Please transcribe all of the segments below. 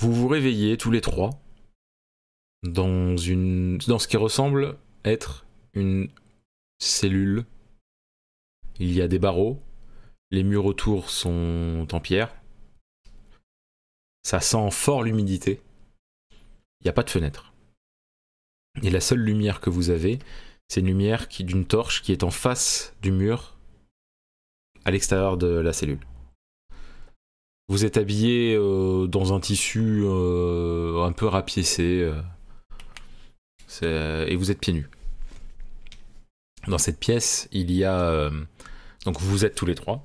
vous réveillez tous les trois dans, une, dans ce qui ressemble être une cellule. Il y a des barreaux, les murs autour sont en pierre, ça sent fort l'humidité, il n'y a pas de fenêtre. Et la seule lumière que vous avez, c'est une lumière qui d'une torche qui est en face du mur à l'extérieur de la cellule. Vous êtes habillé euh, dans un tissu euh, un peu rapiécé euh, c'est- euh, et vous êtes pieds nus. Dans cette pièce, il y a euh, donc vous êtes tous les trois.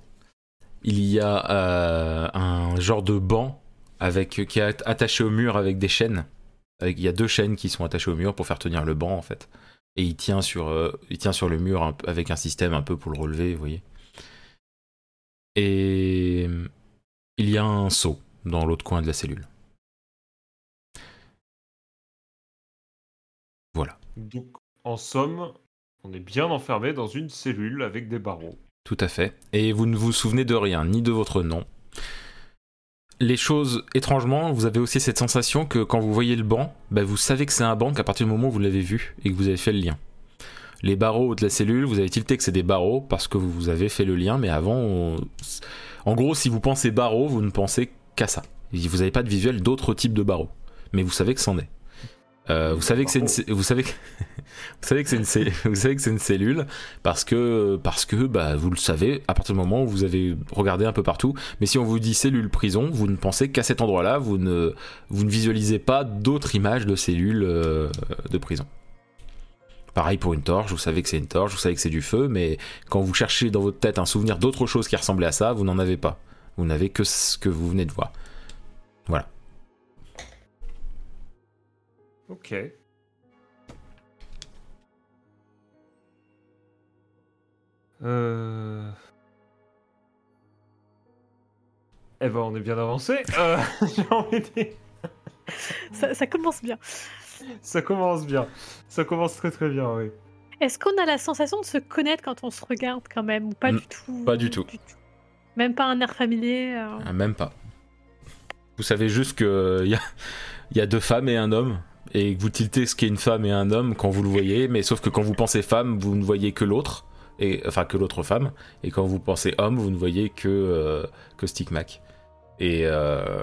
Il y a euh, un genre de banc avec qui est attaché au mur avec des chaînes. Avec- il y a deux chaînes qui sont attachées au mur pour faire tenir le banc en fait. Et il tient sur, euh, il tient sur le mur un peu- avec un système un peu pour le relever, vous voyez. Et il y a un seau dans l'autre coin de la cellule. Donc, en somme, on est bien enfermé dans une cellule avec des barreaux. Tout à fait. Et vous ne vous souvenez de rien, ni de votre nom. Les choses, étrangement, vous avez aussi cette sensation que quand vous voyez le banc, bah, vous savez que c'est un banc qu'à partir du moment où vous l'avez vu et que vous avez fait le lien. Les barreaux de la cellule, vous avez tilté que c'est des barreaux parce que vous avez fait le lien, mais avant, on- en gros, si vous pensez barreaux, vous ne pensez qu'à ça. Vous n'avez pas de visuel d'autres types de barreaux, mais vous savez que c'en est. Euh, vous savez que c'est une, ce- vous savez que, vous savez que c'est une, ce- vous savez que c'est une cellule parce que parce que bah vous le savez à partir du moment où vous avez regardé un peu partout mais si on vous dit cellule prison vous ne pensez qu'à cet endroit là vous ne vous ne visualisez pas d'autres images de cellules euh, de prison pareil pour une torche vous savez que c'est une torche vous savez que c'est du feu mais quand vous cherchez dans votre tête un souvenir d'autre chose qui ressemblait à ça vous n'en avez pas vous n'avez que ce que vous venez de voir Ok. Euh... Eh ben, on est bien avancé. Euh, J'ai envie de dire. Ça, ça commence bien. Ça commence bien. Ça commence très très bien, oui. Est-ce qu'on a la sensation de se connaître quand on se regarde quand même ou pas Mm, du tout pas du tout. Même pas un air familier. euh. Ah, Même pas. Vous savez juste qu'il y a, y a deux femmes et un homme, et que vous tiltez ce qu'est une femme et un homme quand vous le voyez, mais sauf que quand vous pensez femme, vous ne voyez que l'autre, et enfin que l'autre femme, et quand vous pensez homme, vous ne voyez que, euh, que Stickmac. Et, euh,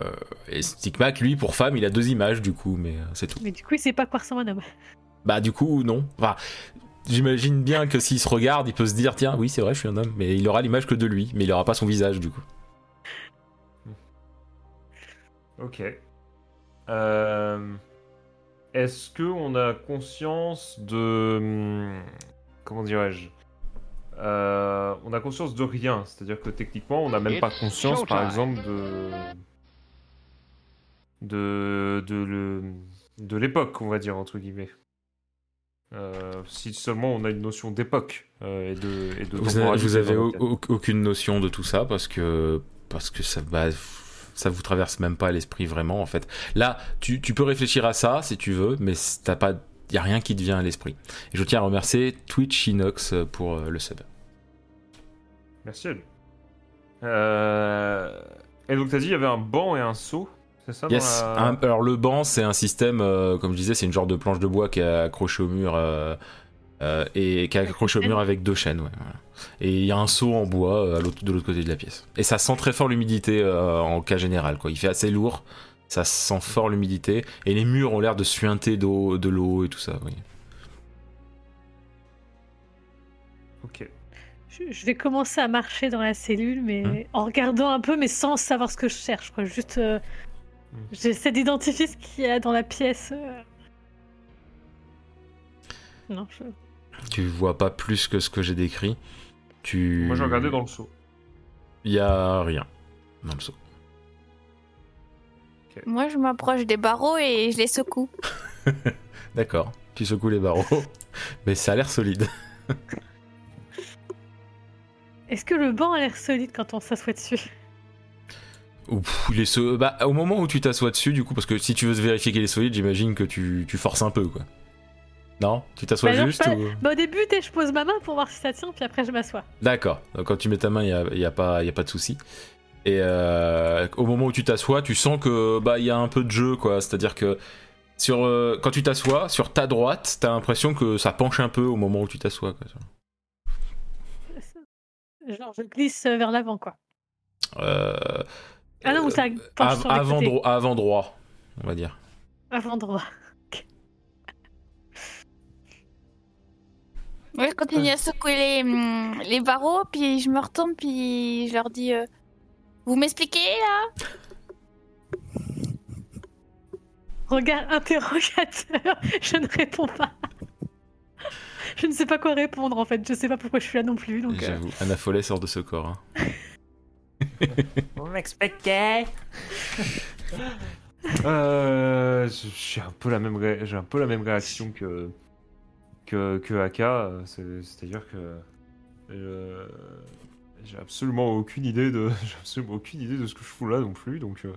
et Stickmac, lui, pour femme, il a deux images du coup, mais euh, c'est tout. Mais du coup, il sait pas quoi ressemble un homme. Bah du coup, non. Enfin, j'imagine bien que s'il se regarde, il peut se dire, tiens, oui, c'est vrai, je suis un homme, mais il aura l'image que de lui, mais il aura pas son visage du coup. Ok. Euh, Est-ce que on a conscience de hum, comment dirais-je Euh, On a conscience de rien, c'est-à-dire que techniquement, on n'a même pas It's conscience, par showtime. exemple, de de de le- de l'époque, on va dire entre guillemets. Euh, si seulement on a une notion d'époque euh, et de et de Vous, a- temporalité vous avez dans au- laquelle- au- aucune notion de tout ça parce que parce que ça bah, ça vous traverse même pas l'esprit vraiment en fait. Là, tu, tu peux réfléchir à ça si tu veux, mais c- t'as pas y a rien qui te vient à l'esprit. Et je tiens à remercier Twitch Inox pour euh, le sub. Merci. Ed. Euh... Et donc t'as dit il y avait un banc et un seau, c'est ça dans Yes. la- Un- alors le banc, c'est un système, euh, comme je disais, c'est une genre de planche de bois qui est accrochée au mur euh, euh, et qui est Avec accrochée au des mur avec deux chaînes. ouais, voilà. Et il y a un seau en bois euh, à l'autre- de l'autre côté de la pièce. Et ça sent très fort l'humidité euh, en cas général. Quoi. Il fait assez lourd, ça sent fort l'humidité et les murs ont l'air de suinter d'eau, de l'eau et tout ça. Oui. Ok. Je, je vais commencer à marcher dans la cellule, mais Hmm. en regardant un peu, mais sans savoir ce que je cherche. Quoi. Juste, euh, Hmm. j'essaie d'identifier ce qu'il y a dans la pièce. euh. Non, je... Tu vois pas plus que ce que j'ai décrit. Tu. Moi j'ai regardé dans le seau. Il y a rien dans le seau. Moi, je m'approche des barreaux et je les secoue. D'accord. Tu secoues les barreaux, mais ça a l'air solide. Est-ce que le banc a l'air solide quand on s'assoit dessus Ou pff, il est so- bah, au moment où tu t'assois dessus, du coup, parce que si tu veux vérifier qu'il est solide, j'imagine que tu, tu forces un peu, quoi. Non Tu t'assois Bah non, juste pas- ou- bah, Au début, t'es- je pose ma main pour voir si ça tient, puis après je m'assois. D'accord. Donc quand tu mets ta main, il n'y a, il y a pas il y a pas de souci. Et euh, au moment où tu t'assois, tu sens que bah il y a un peu de jeu quoi. C'est-à-dire que sur euh, quand tu t'assois, sur ta droite, t'as l'impression que ça penche un peu au moment où tu t'assois. quoi. Genre, je glisse euh, vers l'avant, quoi. Euh, Ah non, Euh, ça penche av- sur les avant, côtés. dro- avant droit, on va dire. Avant droit. Moi, je continue à secouer les, hum, les barreaux, puis je me retourne, puis je leur dis euh, Vous m'expliquez là Regard interrogateur. je ne réponds pas. je ne sais pas quoi répondre, en fait. Je sais pas pourquoi je suis là non plus, donc... euh, J'avoue, Anna Follet sort de ce corps. hein. Vous m'expliquez euh, je- J'ai un peu la même, ré- j'ai un peu la même réaction que que, que AK. euh, c'est- C'est-à-dire que euh, j'ai absolument aucune idée de, j'ai absolument aucune idée de ce que je fous là non plus. Donc euh,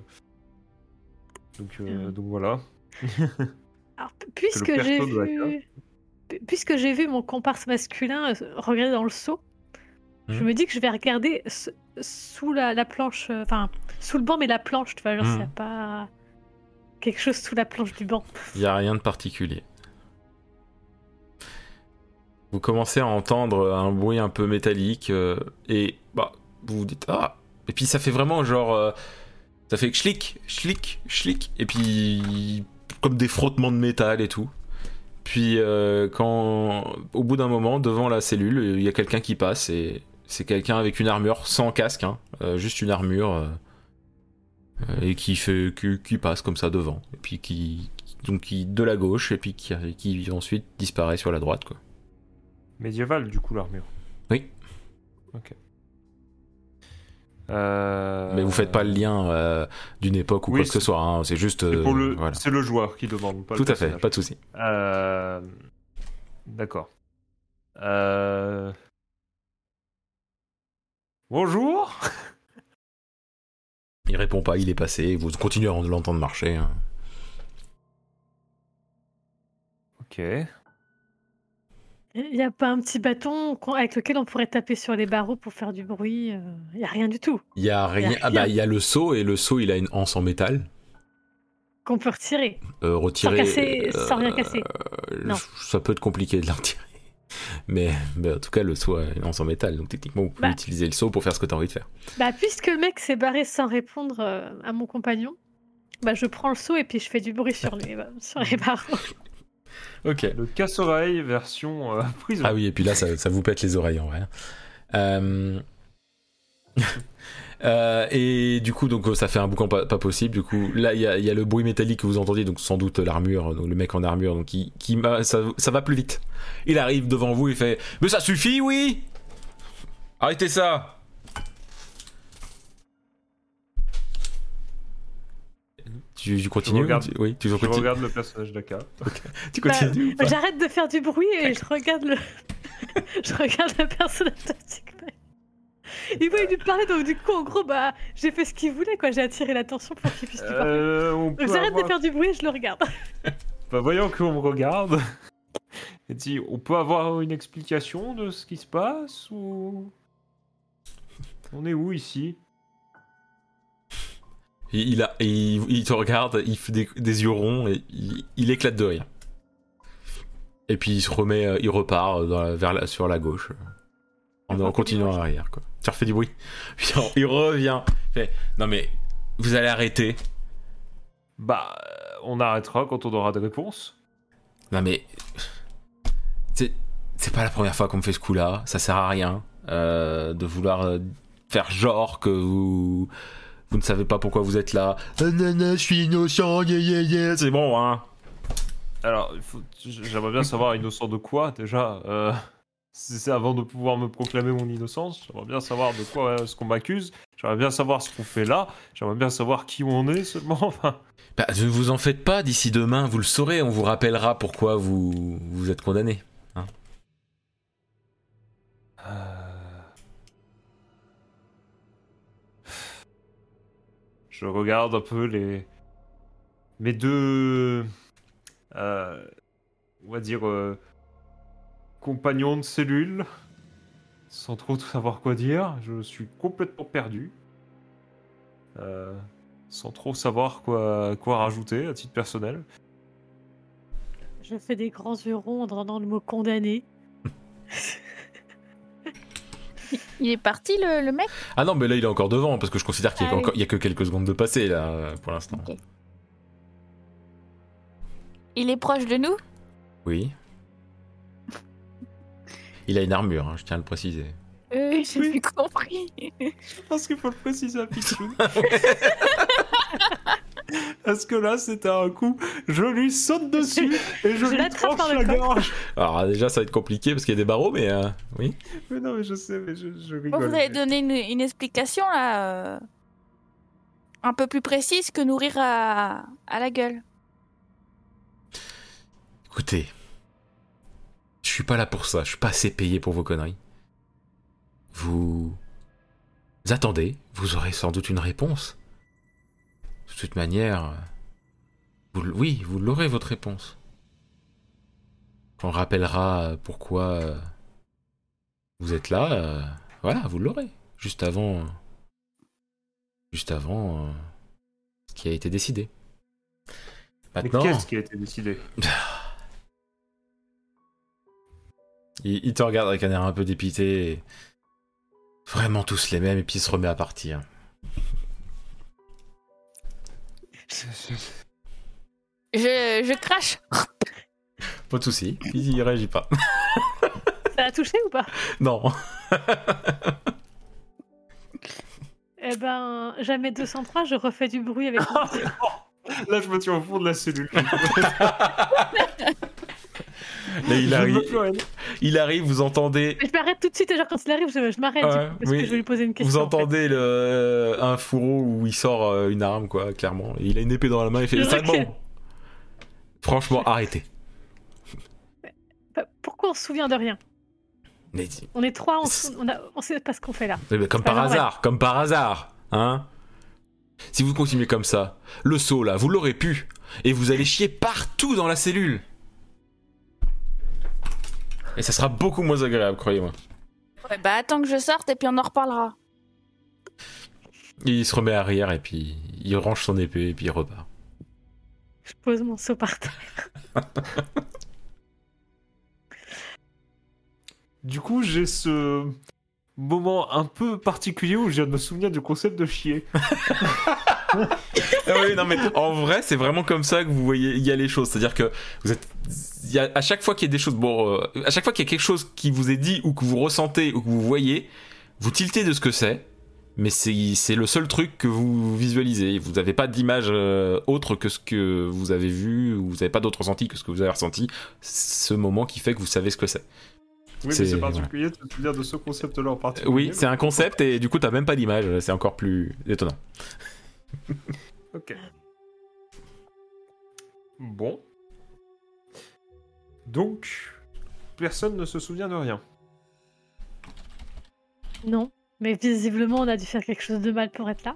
donc euh, Hmm. donc voilà. Alors, pu- puisque le perso j'ai de la vu... pu- Puisque j'ai vu mon comparse masculin euh, regarder dans le seau, je Mhm. me dis que je vais regarder s- sous la, la planche... euh, Enfin, sous le banc, mais la planche, tu vois, genre, Mhm. s'il n'y a pas... Quelque chose sous la planche du banc. Il n'y a rien de particulier. Vous commencez à entendre un bruit un peu métallique euh, et bah vous vous dites ah et puis ça fait vraiment genre euh, ça fait schlick schlick schlick et puis comme des frottements de métal et tout. Puis euh, quand au bout d'un moment devant la cellule il y a quelqu'un qui passe et c'est quelqu'un avec une armure sans casque hein, euh, juste une armure euh, euh, et qui fait qui, qui passe comme ça devant et puis qui donc qui de la gauche et puis qui, qui ensuite disparaît sur la droite quoi. Médiéval du coup l'armure. Oui. Ok. Euh, Mais vous faites pas le lien euh, d'une époque ou oui, quoi que ce c'est- soit, hein, c'est juste C'est pour euh, le, voilà. c'est le joueur qui demande. Pas le Tout à fait, personnage. pas de souci. Euh, D'accord. Euh, Bonjour Il répond pas, il est passé, vous continuez à l'entendre marcher. hein. Ok. Il n'y a pas un petit bâton qu'on- avec lequel on pourrait taper sur les barreaux pour faire du bruit. Il n'y a rien du tout Il y a rien, rien. ah bah il y a le seau et le seau il a une anse en métal qu'on peut retirer. euh, retirée. Sans casser- sans rien casser. euh, Non. Ça peut être compliqué de la retirer. Mais, mais en tout cas, le seau a une anse en métal, donc techniquement, vous pouvez Bah. utiliser le seau pour faire ce que tu as envie de faire. Bah, puisque le mec s'est barré sans répondre euh, à mon compagnon, bah, je prends le seau et puis je fais du bruit sur les, euh, sur les barreaux. Ok. Le casse-oreille version euh, prison. Ah oui, et puis là, ça, ça vous pète les oreilles en vrai. Euh, euh, et du coup, donc euh, ça fait un boucan pas, pas possible. Du coup, là, il y, a- il y a le bruit métallique que vous entendez, donc sans doute l'armure, donc le mec en armure, donc qui, qui m'a- ça, ça va plus vite. Il arrive devant vous et fait Mais ça suffit, oui Arrêtez ça Tu, tu continues regarde. tu- Oui, tu Je continues. regarde le personnage d'Aka. Tu continues ou pas J'arrête de faire du bruit et je regarde le, je regarde le personnage de Stickman. Il voulait lui parler, donc du coup, en gros, bah, j'ai fait ce qu'il voulait, quoi. J'ai attiré l'attention pour qu'il puisse lui parler. Euh, on peut Donc j'arrête avoir- de faire du bruit et je le regarde. Bah, voyons qu'on me regarde. Et dit, on peut avoir une explication de ce qui se passe ou... On est où ici Il, il a, il, il te regarde, il fait des, des yeux ronds et il, il éclate de rire. Et puis il se remet, euh, il repart dans la- vers la- sur la gauche euh, en, en continuant à rire. Quoi. Tu refais du bruit. Puis on- il revient. Il fait, non mais vous allez arrêter. Bah, euh, on arrêtera quand on aura des réponses. Non mais c'est c'est pas la première fois qu'on me fait ce coup-là. Ça sert à rien euh, de vouloir euh, faire genre que vous vous ne savez pas pourquoi vous êtes là. Ah, non, non, je suis innocent. yeah, yeah, yeah. C'est bon hein. Alors, il faut- j- j'aimerais bien savoir innocent de quoi déjà. euh, si c'est avant de pouvoir me proclamer mon innocence, j'aimerais bien savoir de quoi euh, ce qu'on m'accuse. J'aimerais bien savoir ce qu'on fait là. J'aimerais bien savoir qui on est seulement. Enfin, Bah, ne vous en faites pas, d'ici demain, vous le saurez, on vous rappellera pourquoi vous, vous êtes condamné. je regarde un peu les mes deux, euh, on va dire euh, compagnons de cellule, sans trop savoir quoi dire. Je suis complètement perdu. euh, sans trop savoir quoi, quoi rajouter à titre personnel. Je fais des grands yeux ronds en entendant le mot condamné. Il est parti le, le mec Ah non, mais là il est encore devant parce que je considère qu'il y a, Ah oui. encore- il y a que quelques secondes de passé là euh, pour l'instant. Ok. Il est proche de nous Oui. Il a une armure, hein, je tiens à le préciser. Euh, Oui, j'ai Oui. compris. Je pense qu'il faut le préciser à Picsou. Parce que là, c'était un coup, je lui saute dessus et je, je lui l'attrape tranche par le la col. gorge. Alors euh, déjà ça va être compliqué parce qu'il y a des barreaux, mais euh, oui. Mais non, mais je sais, mais je, je Bon, rigole. vous avez donné une, une explication là, euh, un peu plus précise que nourrir à, à la gueule. Écoutez, je suis pas là pour ça, je suis pas assez payé pour vos conneries. Vous attendez, vous aurez sans doute une réponse. De toute manière, vous l- oui, vous l'aurez votre réponse. Quand on rappellera pourquoi euh, vous êtes là, euh, voilà, vous l'aurez. Juste avant, juste avant euh, ce qui a été décidé. Mais Maintenant, qu'est-ce qui a été décidé Il, il te regarde avec un air un peu dépité. et- Vraiment tous les mêmes, et puis il se remet à partir. Je, je crache. Pas de soucis, il il réagit pas. Ça l'a touché ou pas non. Eh ben, jamais 203, je refais du bruit avec. Là, je me tiens au fond de la cellule. Là, il arrive, il arrive, vous entendez. Mais je m'arrête tout de suite, et genre quand il arrive, je, je m'arrête. Ouais, du coup, parce oui. que je vais lui poser une question. Vous en fait. entendez le, un fourreau où il sort euh, une arme, quoi, clairement. Et il a une épée dans la main, il fait. Je C'est recule. bon. Franchement, arrêtez. Bah, Pourquoi on se souvient de rien Mais- On est trois, on, C'est- on, a- on sait pas ce qu'on fait là. Eh ben, comme C'est pas par normal. hasard, comme par hasard, hein Si vous continuez comme ça, le saut là, vous l'aurez pu, et vous allez chier partout dans la cellule. Et ça sera beaucoup moins agréable, croyez-moi. Ouais, bah attends que je sorte et puis on en reparlera. Il se remet à rire et puis il range son épée et puis il repart. Je pose mon seau par terre. Du coup, j'ai ce moment un peu particulier où je viens de me souvenir du concept de chier. Ah oui, non mais en vrai, c'est vraiment comme ça que vous voyez il y a les choses, c'est-à-dire que vous êtes il y a- à chaque fois qu'il y a des choses bon euh, à chaque fois qu'il y a quelque chose qui vous est dit ou que vous ressentez ou que vous voyez, vous tiltez de ce que c'est, mais c'est c'est le seul truc que vous visualisez, vous n'avez pas d'image euh, autre que ce que vous avez vu ou vous n'avez pas d'autre ressenti que ce que vous avez ressenti, ce moment qui fait que vous savez ce que c'est. Oui, mais C'est- c'est particulier de se souvenir de ce concept-là en Euh, particulier. Oui, c'est un concept et du coup t'as même pas d'image, c'est encore plus étonnant. Ok. Bon. Donc, personne ne se souvient de rien. Non, mais visiblement, on a dû faire quelque chose de mal pour être là.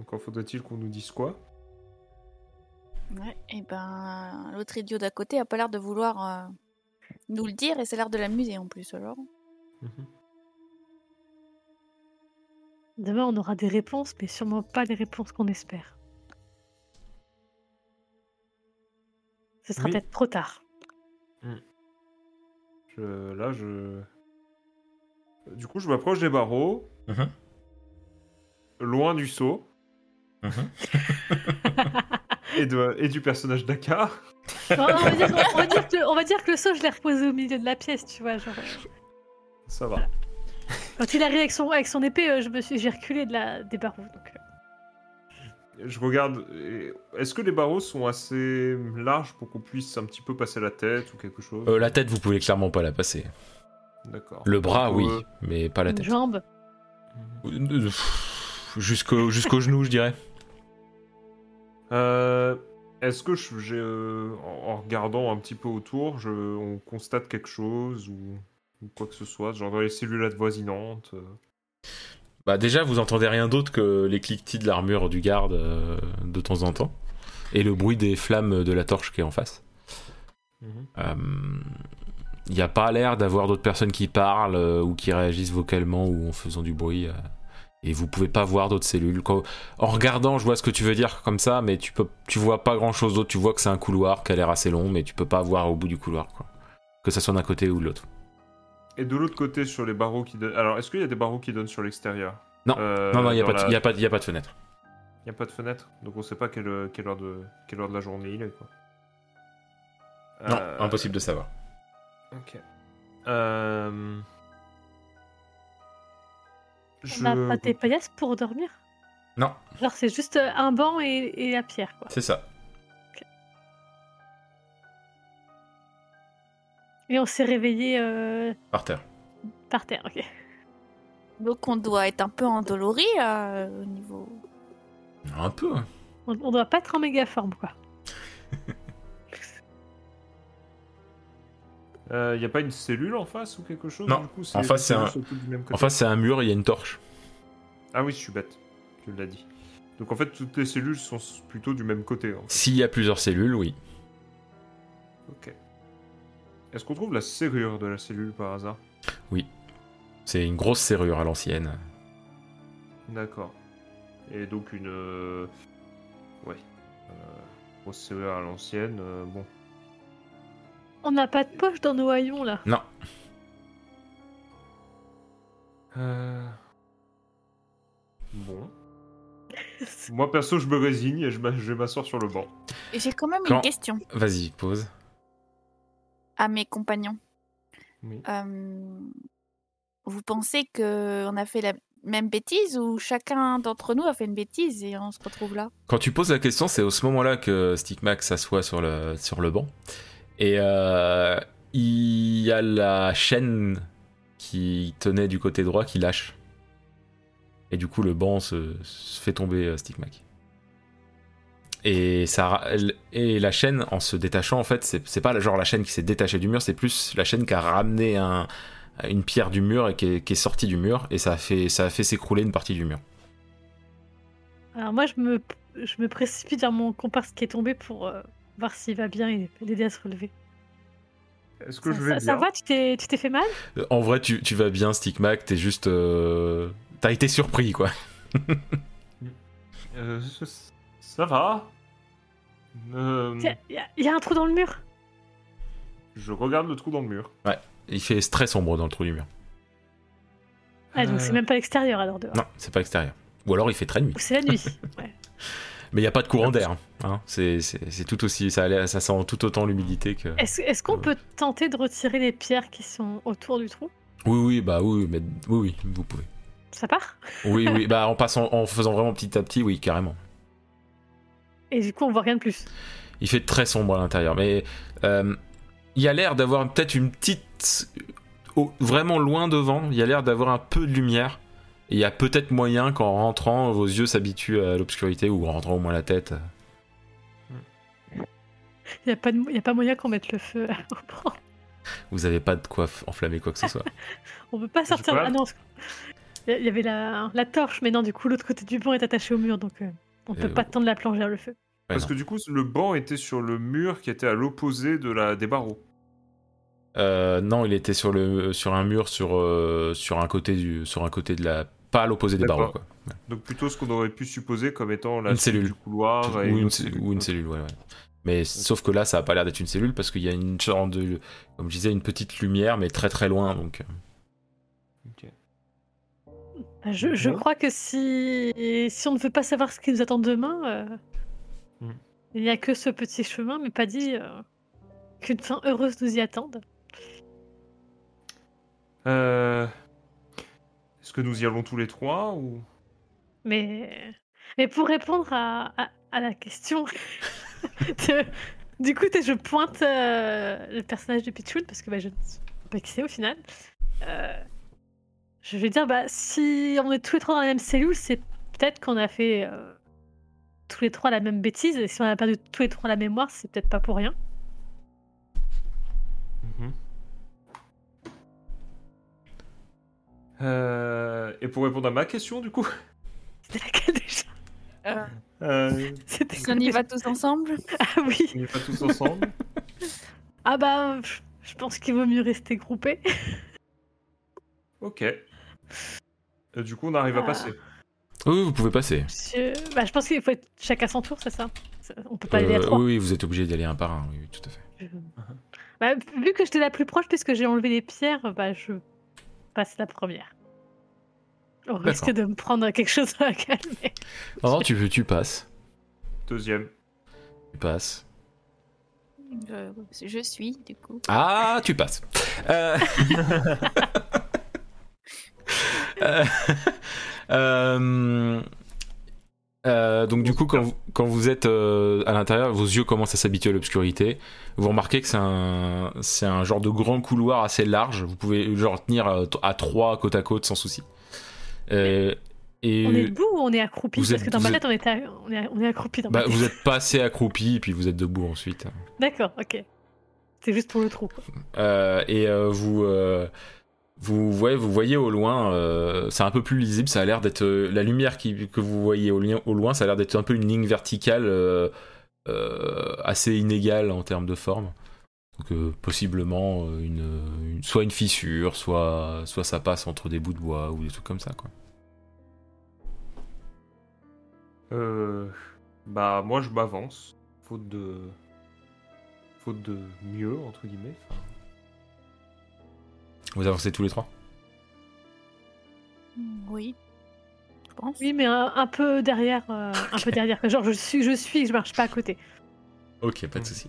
Encore faudrait-il qu'on nous dise quoi Ouais, et ben l'autre idiot d'à côté a pas l'air de vouloir euh, nous le dire et ça a l'air de l'amuser en plus alors. Demain, on aura des réponses, mais sûrement pas les réponses qu'on espère. Ce sera Oui. peut-être trop tard. Je- Là, je. Du coup, je m'approche des barreaux, Mhm. loin du seau et, de... et du personnage d'Akar. Non, non, on, va dire, on va dire que, on va dire que le seau, je l'ai reposé au milieu de la pièce, tu vois. Genre, euh, Ça va. quand il arrive avec son, avec son épée, euh, je me suis, j'ai reculé de la, des barreaux. Donc, euh, Je regarde. et Est-ce que les barreaux sont assez larges pour qu'on puisse un petit peu passer la tête ou quelque chose Euh, la tête vous pouvez clairement pas la passer. D'accord. Le bras Euh, oui, mais pas la une tête. jambe. Euh, pff, Jusqu'au jusqu'au genou, je dirais. Euh, Est-ce que je, j'ai, euh, en en regardant un petit peu autour, je, on constate quelque chose ou, ou quoi que ce soit, genre dans les cellules advoisinantes euh, Bah déjà, vous entendez rien d'autre que les cliquetis de l'armure du garde euh, de temps en temps et le bruit des flammes de la torche qui est en face. Il n'y a pas l'air d'avoir d'autres personnes qui parlent euh, ou qui réagissent vocalement ou en faisant du bruit. euh. et vous pouvez pas voir d'autres cellules. Quand- En regardant, je vois ce que tu veux dire comme ça, mais tu peux, tu vois pas grand chose d'autre. Tu vois que c'est un couloir qui a l'air assez long, mais tu peux pas voir au bout du couloir, quoi. Que ça soit d'un côté ou de l'autre. Et de l'autre côté, sur les barreaux qui donnent. Alors, est-ce qu'il y a des barreaux qui donnent sur l'extérieur Non. Euh, non, non, il y a dans pas, de- la- y a pas, de- y a pas de fenêtre. y a pas de fenêtre, donc on sait pas quelle, quelle heure, de, quelle heure de la journée il est. Quoi. Euh, Non, impossible de savoir. Ok. Euh... On n'a pas des paillasses pour dormir Non. Genre, c'est juste euh, un banc et, et la pierre, quoi. C'est ça. Et on s'est réveillé euh, Par terre. par terre, ok. Donc on doit être un peu endolori là, au niveau. Un peu. hein. On, on doit pas être en méga forme, quoi. Euh, y a pas une cellule en face ou quelque chose Non. du coup, En face, c'est les un- cellules sont toutes du même côté En face, c'est un mur, il y a une torche. Ah oui, je suis bête. Tu l'as dit. Donc en fait, toutes les cellules sont s- plutôt du même côté. hein. en fait. S'il y a plusieurs cellules, oui. Ok. Est-ce qu'on trouve la serrure de la cellule par hasard C'est une grosse serrure à l'ancienne. D'accord. Et donc une. euh, Ouais. Euh, grosse serrure à l'ancienne. euh, bon. On n'a pas de poche dans nos haillons, là. Euh, Bon. Moi perso, je me résigne et je m'a- je vais m'asseoir sur le banc. Et j'ai quand même Quand- une question Vas-y, pose. à mes compagnons. Oui. Euh, vous pensez que on a fait la même bêtise ou chacun d'entre nous a fait une bêtise et on se retrouve là Quand tu poses la question, c'est au ce moment-là que Stickmac s'assoit sur le, sur le banc. Et euh, il y a la chaîne qui tenait du côté droit qui lâche. Et du coup, le banc se, se fait tomber euh, Stickmac. Et, ça, ra- elle- et la chaîne, en se détachant, en fait, c'est c'est pas genre la chaîne qui s'est détachée du mur, c'est plus la chaîne qui a ramené un- une pierre du mur et qui est, qui est sortie du mur, et ça a fait, ça a fait s'écrouler une partie du mur. Alors moi, je me, je me précipite vers mon comparse qui est tombé pour euh, voir s'il va bien et l'aider à se relever. Est-ce que Ça, je ça- vais ça bien va Tu t'es tu t'es fait mal Euh, En vrai, tu, tu vas bien, Stickmac, t'es juste. euh, T'as été surpris, quoi. Euh, ça- ça va. Euh, Il y, a- y a un trou dans le mur je regarde le trou dans le mur. Il fait très sombre dans le trou du mur. Ah, donc c'est Euh. même pas l'extérieur, alors, dehors. Non, c'est pas extérieur. Ou alors il fait très nuit. Ou c'est la nuit. Ouais. Mais il n'y a pas de courant d'air. hein. C'est c'est- c'est tout aussi. Ça, a l'air- ça sent tout autant l'humidité que. Est-ce est-ce qu'on peut tenter de retirer les pierres qui sont autour du trou Oui, oui, bah oui, mais oui, oui, vous pouvez. Ça part Oui, oui, bah en passant, en faisant vraiment petit à petit, oui, carrément. Et du coup, on voit rien de plus. Il fait très sombre à l'intérieur, mais euh, il y a l'air d'avoir peut-être une petite, au- vraiment loin devant. Il y a l'air d'avoir un peu de lumière. Et il y a peut-être moyen qu'en rentrant, vos yeux s'habituent à l'obscurité ou en rentrant au moins la tête. Il n'y a, pas de mo- y a pas moyen qu'on mette le feu au banc. Vous n'avez pas de quoi f- enflammer quoi que ce soit. On peut pas sortir. pas. Ah non, il y avait la, la torche, mais non, du coup, l'autre côté du banc est attaché au mur, donc euh, on peut Euh, pas tendre la planche vers le feu. Ouais, Parce non. que du coup, le banc était sur le mur qui était à l'opposé de la des barreaux. Euh, non, il était sur le sur un mur sur euh, sur un côté du sur un côté de la pas à l'opposé des D'accord. barreaux quoi. Donc plutôt ce qu'on aurait pu supposer comme étant la Une suite cellule. du couloir et ou, une, autre Ah cellule. ou une cellule, ouais, ouais. Mais sauf que là, ça a pas l'air d'être une cellule parce qu'il y a une sorte de, comme je disais, une petite lumière, mais très très loin. Donc, euh, Ok. Bah, Je, je Ouais. crois que si, si on ne veut pas savoir ce qui nous attend demain, euh, Mm. il n'y a que ce petit chemin, mais pas dit euh, qu'une fin heureuse nous y attende. Euh, Est-ce que nous y allons tous les trois ou Mais, mais pour répondre à, à- à la question, de- du coup, t'es- je pointe euh, le personnage de Pitchwood parce que bah, je ne sais pas qui c'est au final. Euh, je vais dire, bah, si on est tous les trois dans la même cellule, c'est peut-être qu'on a fait euh, tous les trois la même bêtise. Et si on a perdu tous les trois la mémoire, c'est peut-être pas pour rien. Mhm. Euh, Et pour répondre à ma question du coup, C'était laquelle déjà euh, C'était Si on y va tous ensemble Ah oui. on n'est pas tous ensemble. Ah bah, je- je pense qu'il vaut mieux rester groupé. Ok. Euh, du coup, on arrive à Ah. passer. Oui, vous pouvez passer. Monsieur- bah, je pense qu'il faut être chacun son tour, c'est ça Ça- On peut pas y aller à Euh, trois. oui, oui, vous êtes obligé d'y aller un par un, oui, oui, tout à fait. Bah, vu que j'étais la plus proche, puisque j'ai enlevé les pierres, bah, je passe la première. Au risque de me prendre quelque chose à la gueule, mais- Non, non, Oh, tu, tu passes. Deuxième. Tu passes. Je, je suis, du coup. Ah, tu passes. Euh, Euh, euh, euh, donc du coup, quand vous, quand vous êtes euh, à l'intérieur, vos yeux commencent à s'habituer à l'obscurité. Vous remarquez que c'est un, c'est un genre de grand couloir assez large. Vous pouvez genre tenir euh, à trois côte à côte sans souci. Euh, et On est debout ou on est accroupi vous Parce êtes- que dans vous ma êtes- tête, on, était à- on est, on est accroupi dans bah, ma tête. vous êtes pas assez accroupi, puis vous êtes debout ensuite. D'accord, ok. C'est juste pour le trou. quoi. Euh, et euh, vous, euh, vous, voyez, vous voyez au loin, euh, c'est un peu plus lisible, ça a l'air d'être. euh, la lumière qui, que vous voyez au, lien- au loin, ça a l'air d'être un peu une ligne verticale euh, euh, assez inégale en termes de forme. Donc, euh, possiblement, euh, une, une- soit une fissure, soit, soit ça passe entre des bouts de bois ou des trucs comme ça. Quoi. Euh, bah moi je m'avance, faute de, faute de mieux entre guillemets. Enfin, Vous avancez tous les trois Mm, Oui. Je pense. Oui, mais un, un peu derrière. euh, Un peu derrière. quoi. Genre, je suis, je suis, je marche pas à côté. Ok, pas de Mhm. souci.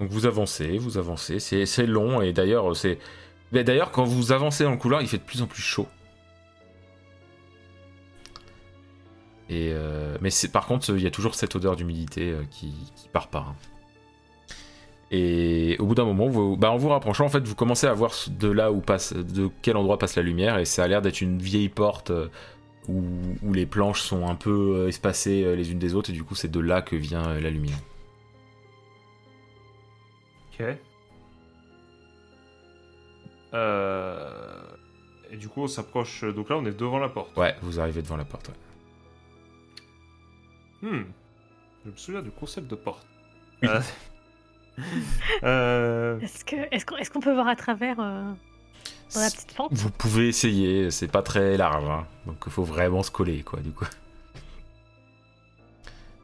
Donc vous avancez, vous avancez, c'est c'est long et d'ailleurs c'est. Mais D'ailleurs quand vous avancez dans le couloir, il fait de plus en plus chaud. Et euh, mais c'est par contre il y a toujours cette odeur d'humidité euh, qui, qui part pas. hein. Et au bout d'un moment, vous- bah, en vous rapprochant, en fait, vous commencez à voir de là où passe, de quel endroit passe la lumière, et ça a l'air d'être une vieille porte euh, où, où les planches sont un peu euh, espacées euh, les unes des autres, et du coup, c'est de là que vient euh, la lumière. ok. Euh, et du coup on s'approche. Donc là on est devant la porte. Ouais, vous arrivez devant la porte. ouais. Hmm. Je me souviens du concept de porte. Euh, euh, Est-ce que- est-ce qu'on est qu'on peut voir à travers euh, dans la petite pente Vous pouvez essayer, c'est pas très large, hein. donc il faut vraiment se coller, quoi, du coup.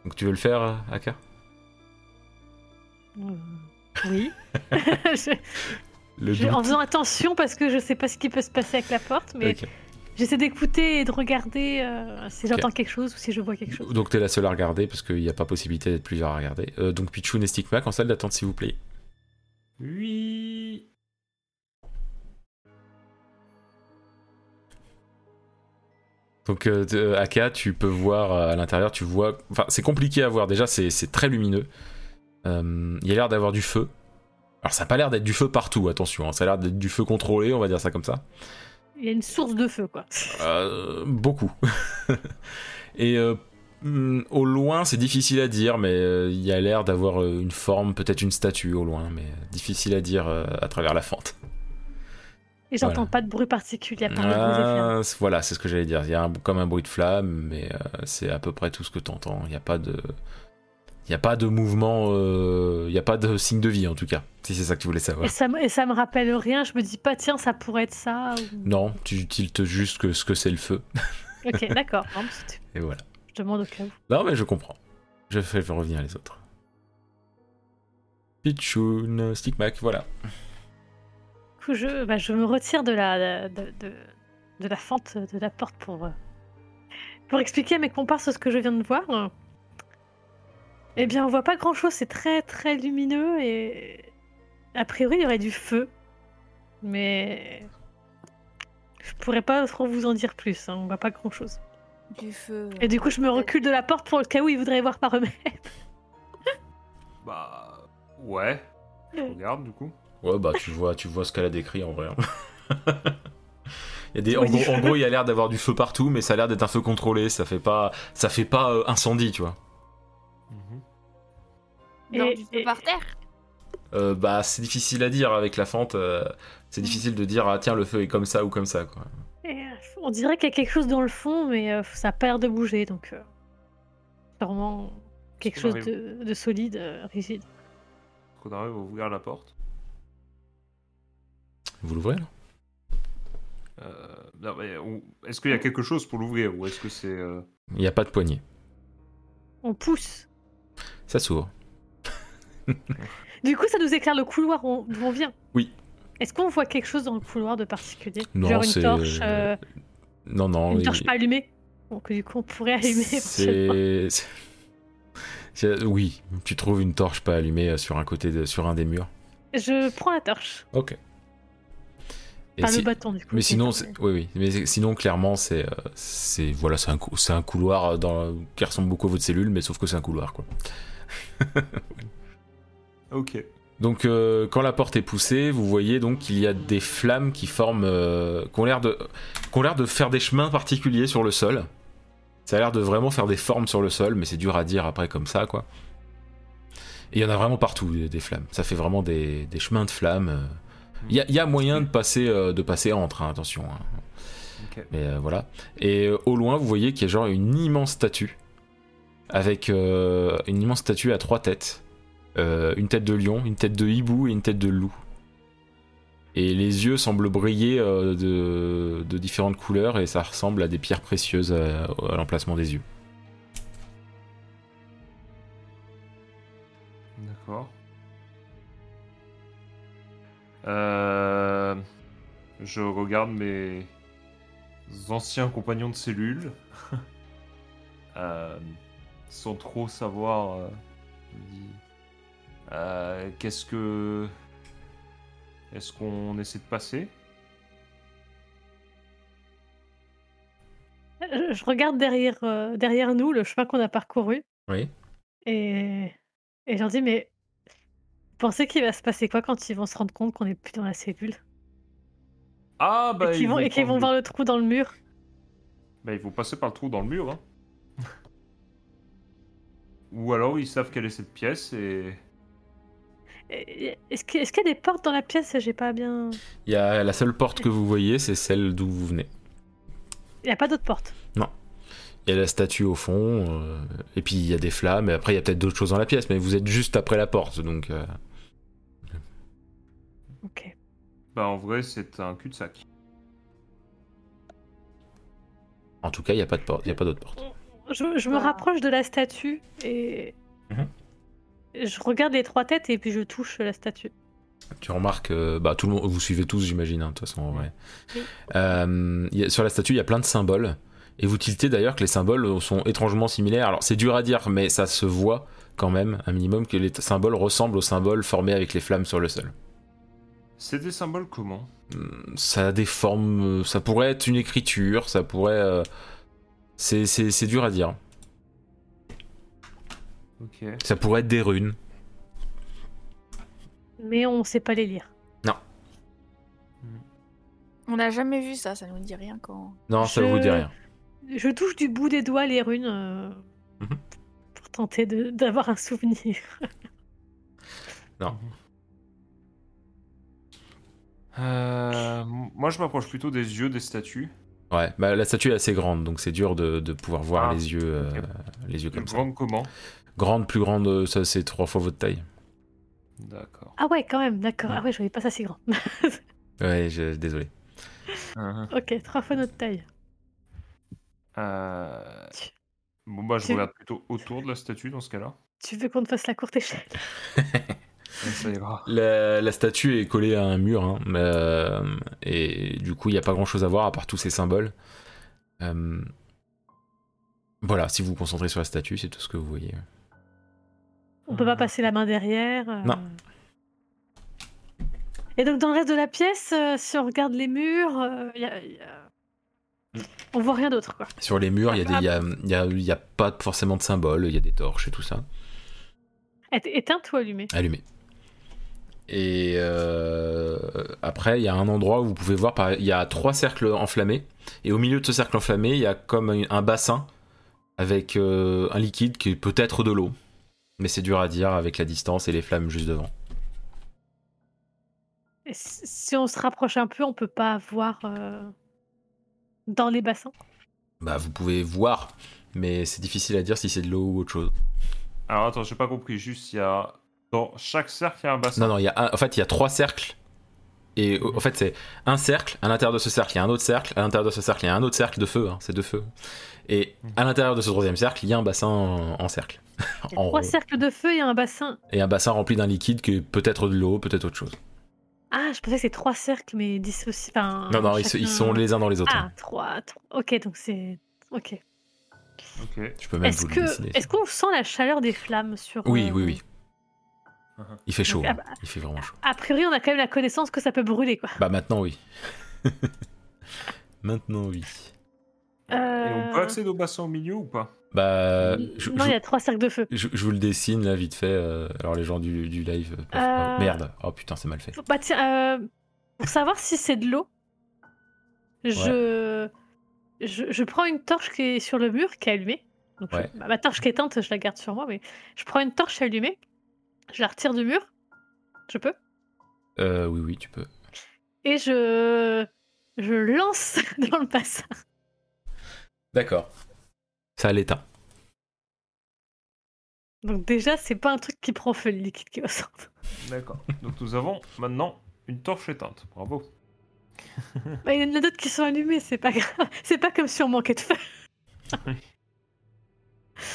Donc tu veux le faire, euh, Aka Euh, Oui. Je- Le je- en faisant attention parce que je sais pas ce qui peut se passer avec la porte, mais Ok. j'essaie d'écouter et de regarder euh, si Ok. j'entends quelque chose ou si je vois quelque chose. Donc t'es la seule à regarder, parce qu'il n'y a pas possibilité d'être plusieurs à regarder. Euh, donc Pichou et Stigmac en salle d'attente, s'il vous plaît. oui. Donc euh, t- euh, Aka, tu peux voir euh, à l'intérieur, tu vois... Enfin, c'est compliqué à voir, déjà, c'est c'est très lumineux. Euh, il y a l'air d'avoir du feu. Alors ça n'a pas l'air d'être du feu partout, attention, hein. ça a l'air d'être du feu contrôlé, on va dire ça comme ça. Il y a une source de feu, quoi. Euh, beaucoup. Et euh, mm, au loin, c'est difficile à dire, mais euh, il y a l'air d'avoir euh, une forme, peut-être une statue au loin, mais euh, difficile à dire euh, à travers la fente. Et j'entends Voilà. pas de bruit particulier à part le bruit des flammes. Ah, c'est- voilà, c'est ce que j'allais dire. Il y a un- comme un bruit de flamme, mais euh, c'est à peu près tout ce que t'entends. Il n'y a pas de, il y a pas de mouvement, euh, il n'y a pas de signe de vie en tout cas. Si c'est ça que tu voulais savoir. Et, ça, me- et ça me rappelle rien, je me dis pas, tiens, ça pourrait être ça. ou- Non, tu tiltes juste que ce que c'est le feu, Ok, d'accord. Non, parce que tu- et voilà. Je demande au cas où. Non, mais je comprends. Je fais revenir les autres. Pichoun, Stickmac, voilà. Du coup, je, bah, je me retire de la, de, de- de la fente de la porte pour, euh, pour expliquer à mes comparses ce que je viens de voir. Eh bien, on voit pas grand chose, c'est très très lumineux et a priori il y aurait du feu. Mais je pourrais pas trop vous en dire plus, hein, on voit pas grand chose. Du feu. Et du coup, je me recule de la porte pour le cas où ils voudraient voir par eux-mêmes. Bah ouais. Je regarde du coup. Ouais, bah tu vois, tu vois ce qu'elle a décrit en vrai. hein. il y a des, en, Oui, du gros, en feu. gros, il y a l'air d'avoir du feu partout, mais ça a l'air d'être un feu contrôlé. Ça fait pas, ça fait pas euh, incendie, tu vois. Mhm. Genre Et- euh, du et- feu par terre. Euh, bah c'est difficile à dire avec la fente. euh, c'est Mm. difficile de dire ah tiens le feu est comme ça ou comme ça quoi. Et, euh, on dirait qu'il y a quelque chose dans le fond, mais euh, ça a pas l'air de bouger, donc euh, sûrement quelque qu'on chose de, de solide, euh, rigide. Qu'on arrive à ouvrir la porte. Vous l'ouvrez là Euh, non, mais on- Est-ce qu'il y a quelque chose pour l'ouvrir ou est-ce que c'est. euh, Il n'y a pas de poignée. On pousse. Ça s'ouvre. Du coup, ça nous éclaire le couloir où on, d'où on vient. Oui. Est-ce qu'on voit quelque chose dans le couloir de particulier Non, Genre c'est- une torche, euh, Non, non. une il- torche pas allumée. Donc du coup, on pourrait allumer. C'est. éventuellement. c'est- c'est- Oui, tu trouves une torche pas allumée euh, sur un côté, de- sur un des murs. Je prends la torche. Ok. Et Enfin, si- le bâton, du coup. Mais c'est sinon, pas- c'est- oui, oui. Mais c'est- sinon, clairement, c'est, euh, c'est, voilà, c'est un, cou- c'est un couloir euh, dans, qui ressemble beaucoup à votre cellule, mais sauf que c'est un couloir, quoi. Ok. Donc, euh, quand la porte est poussée, vous voyez donc qu'il y a des flammes qui forment, euh, qui ont l'air de, qui ont l'air de faire des chemins particuliers sur le sol. Ça a l'air de vraiment faire des formes sur le sol, mais c'est dur à dire après comme ça, quoi. Et il y en a vraiment partout des, des flammes. Ça fait vraiment des, des chemins de flammes. euh. Il y a, il y a moyen de passer, euh, de passer entre, hein, attention. hein. Ok. Mais euh, voilà. Et euh, au loin, vous voyez qu'il y a genre une immense statue. Avec euh, une immense statue à trois têtes. Euh, une tête de lion, une tête de hibou et une tête de loup. Et les yeux semblent briller euh, de, de différentes couleurs et ça ressemble à des pierres précieuses euh, à l'emplacement des yeux. D'accord. Euh, Je regarde mes anciens compagnons de cellule Euh, sans trop savoir. euh, je me dis, euh, Qu'est-ce que. Est-ce qu'on essaie de passer Je, je regarde derrière, euh, derrière nous le chemin qu'on a parcouru Oui. et, et je leur dis mais vous pensez qu'il va se passer quoi quand ils vont se rendre compte qu'on est plus dans la cellule Ah bah et qu'ils vont, et qu'ils prendre vont le- voir le trou dans le mur Bah, ils vont passer par le trou dans le mur. Hein. Ou alors ils savent quelle est cette pièce et. Et- et- Est-ce que- est-ce qu'il y a des portes dans la pièce J'ai pas bien. Il y a la seule porte que vous voyez, c'est celle d'où vous venez. Il n'y a pas d'autres portes. Il y a la statue au fond, euh, et puis il y a des flammes, et après il y a peut-être d'autres choses dans la pièce, mais vous êtes juste après la porte, donc... euh, Ok. Bah en vrai c'est un cul-de-sac. en tout cas, il n'y a pas de porte, il y a pas d'autre porte. Je, je me Bah. rapproche de la statue et. Mhm. Je regarde les trois têtes et puis je touche la statue. Tu remarques, euh, bah, tout le monde, vous suivez tous, j'imagine, hein, de toute façon. ouais. Oui. Euh, il y a- sur la statue, il y a plein de symboles. Et vous tiltez d'ailleurs que les symboles euh, sont étrangement similaires. Alors, c'est dur à dire, mais ça se voit quand même, un minimum, que les t- symboles ressemblent aux symboles formés avec les flammes sur le sol. C'est des symboles comment Hum, Ça a des formes. euh, Ça pourrait être une écriture, ça pourrait. euh, c'est- c'est c'est dur à dire. Ok. Ça pourrait être des runes. Mais on sait pas les lire. On n'a jamais vu ça, ça nous dit rien quand. Non, ça Je- vous dit rien. Je touche du bout des doigts les runes euh, Mhm. pour tenter de- d'avoir un souvenir. Euh, m- moi je m'approche plutôt des yeux des statues. Ouais, bah, la statue est assez grande, donc c'est dur de, de pouvoir voir Ah, les yeux, euh, ok. les yeux Plus comme ça. grande comment Grande, plus grande, euh, ça c'est trois fois votre taille. D'accord. Ah ouais, quand même, d'accord. Ouais. Ah ouais, je voyais pas ça si grand. Ouais, je- désolé. ok, trois fois notre taille. Euh, Bon bah je Tu- regarde plutôt autour de la statue dans ce cas-là. Tu veux qu'on te fasse la courte échelle Ça ira. La, la statue est collée à un mur, hein, mais, euh, et du coup, il n'y a pas grand chose à voir à part tous ces symboles. Euh, voilà, si vous vous concentrez sur la statue, c'est tout ce que vous voyez. On peut pas passer la main derrière. euh. Euh. Non. Et donc dans le reste de la pièce, euh, si on regarde les murs, euh, y a- y a- Mm. on voit rien d'autre quoi. Sur les murs, il n'y a, des- il y a, il y a- il y a pas forcément de symboles, il y a des torches et tout ça. Est- Éteinte ou allumée allumé. Et euh, après, il y a un endroit où vous pouvez voir, par- il y a trois cercles enflammés, et au milieu de ce cercle enflammé, il y a comme un- un bassin avec euh, un liquide qui est peut-être de l'eau, mais c'est dur à dire avec la distance et les flammes juste devant. Et si si on se rapproche un peu, on peut pas voir euh, dans les bassins. Bah, vous pouvez voir, mais c'est difficile à dire si c'est de l'eau ou autre chose. Alors attends, j'ai pas compris. Juste il y a dans chaque cercle il y a un bassin. Non, non, il y a un- en fait, il y a trois cercles Et au- en fait, c'est un cercle, à l'intérieur de ce cercle, il y a un autre cercle, à l'intérieur de ce cercle, il y a un autre cercle de feu, hein, c'est deux feux. Et à l'intérieur de ce troisième cercle, il y a un bassin en, en cercle. Il y a en trois rond. cercles de feu et un bassin. Et un bassin rempli d'un liquide qui est peut-être de l'eau, peut-être autre chose. Ah, je pensais que c'est trois cercles, mais dissociés. Enfin, non, non, ils, se- ils Ah, chacun- sont les uns dans les autres. hein. Ah, trois, trois. Ok, donc c'est. Ok. Ok. Je peux même Est-ce vous le que dessiner. est-ce qu'on sent la chaleur des flammes sur Oui, euh, oui, oui. Uh-huh. Il fait chaud, ah hein. bah- il fait vraiment chaud. A priori, on a quand même la connaissance que ça peut brûler, quoi. Bah maintenant, oui. maintenant, oui. Et on peut Euh, accéder au bassin au milieu ou pas Bah, je, non, je- il y a trois cercles de feu. je- je vous le dessine là vite fait. euh, alors les gens du, du live. euh, peuvent- Euh. oh, merde, oh putain, c'est mal fait. Bah tiens, euh, pour savoir si c'est de l'eau, je... je je prends une torche qui est sur le mur, qui est allumée. Donc, je- Ouais. bah, ma torche qui est éteinte, je la garde sur moi, mais je prends une torche allumée, je la retire du mur, je peux, Euh, oui, oui, tu peux. et je je lance dans le bassin. D'accord. Ça l'éteint. Donc déjà, c'est pas un truc qui prend feu le liquide qui ressort. D'accord. Donc nous avons maintenant une torche éteinte. Bravo. Bah, il y en a d'autres qui sont allumés, c'est pas grave. C'est pas comme si on manquait de feu.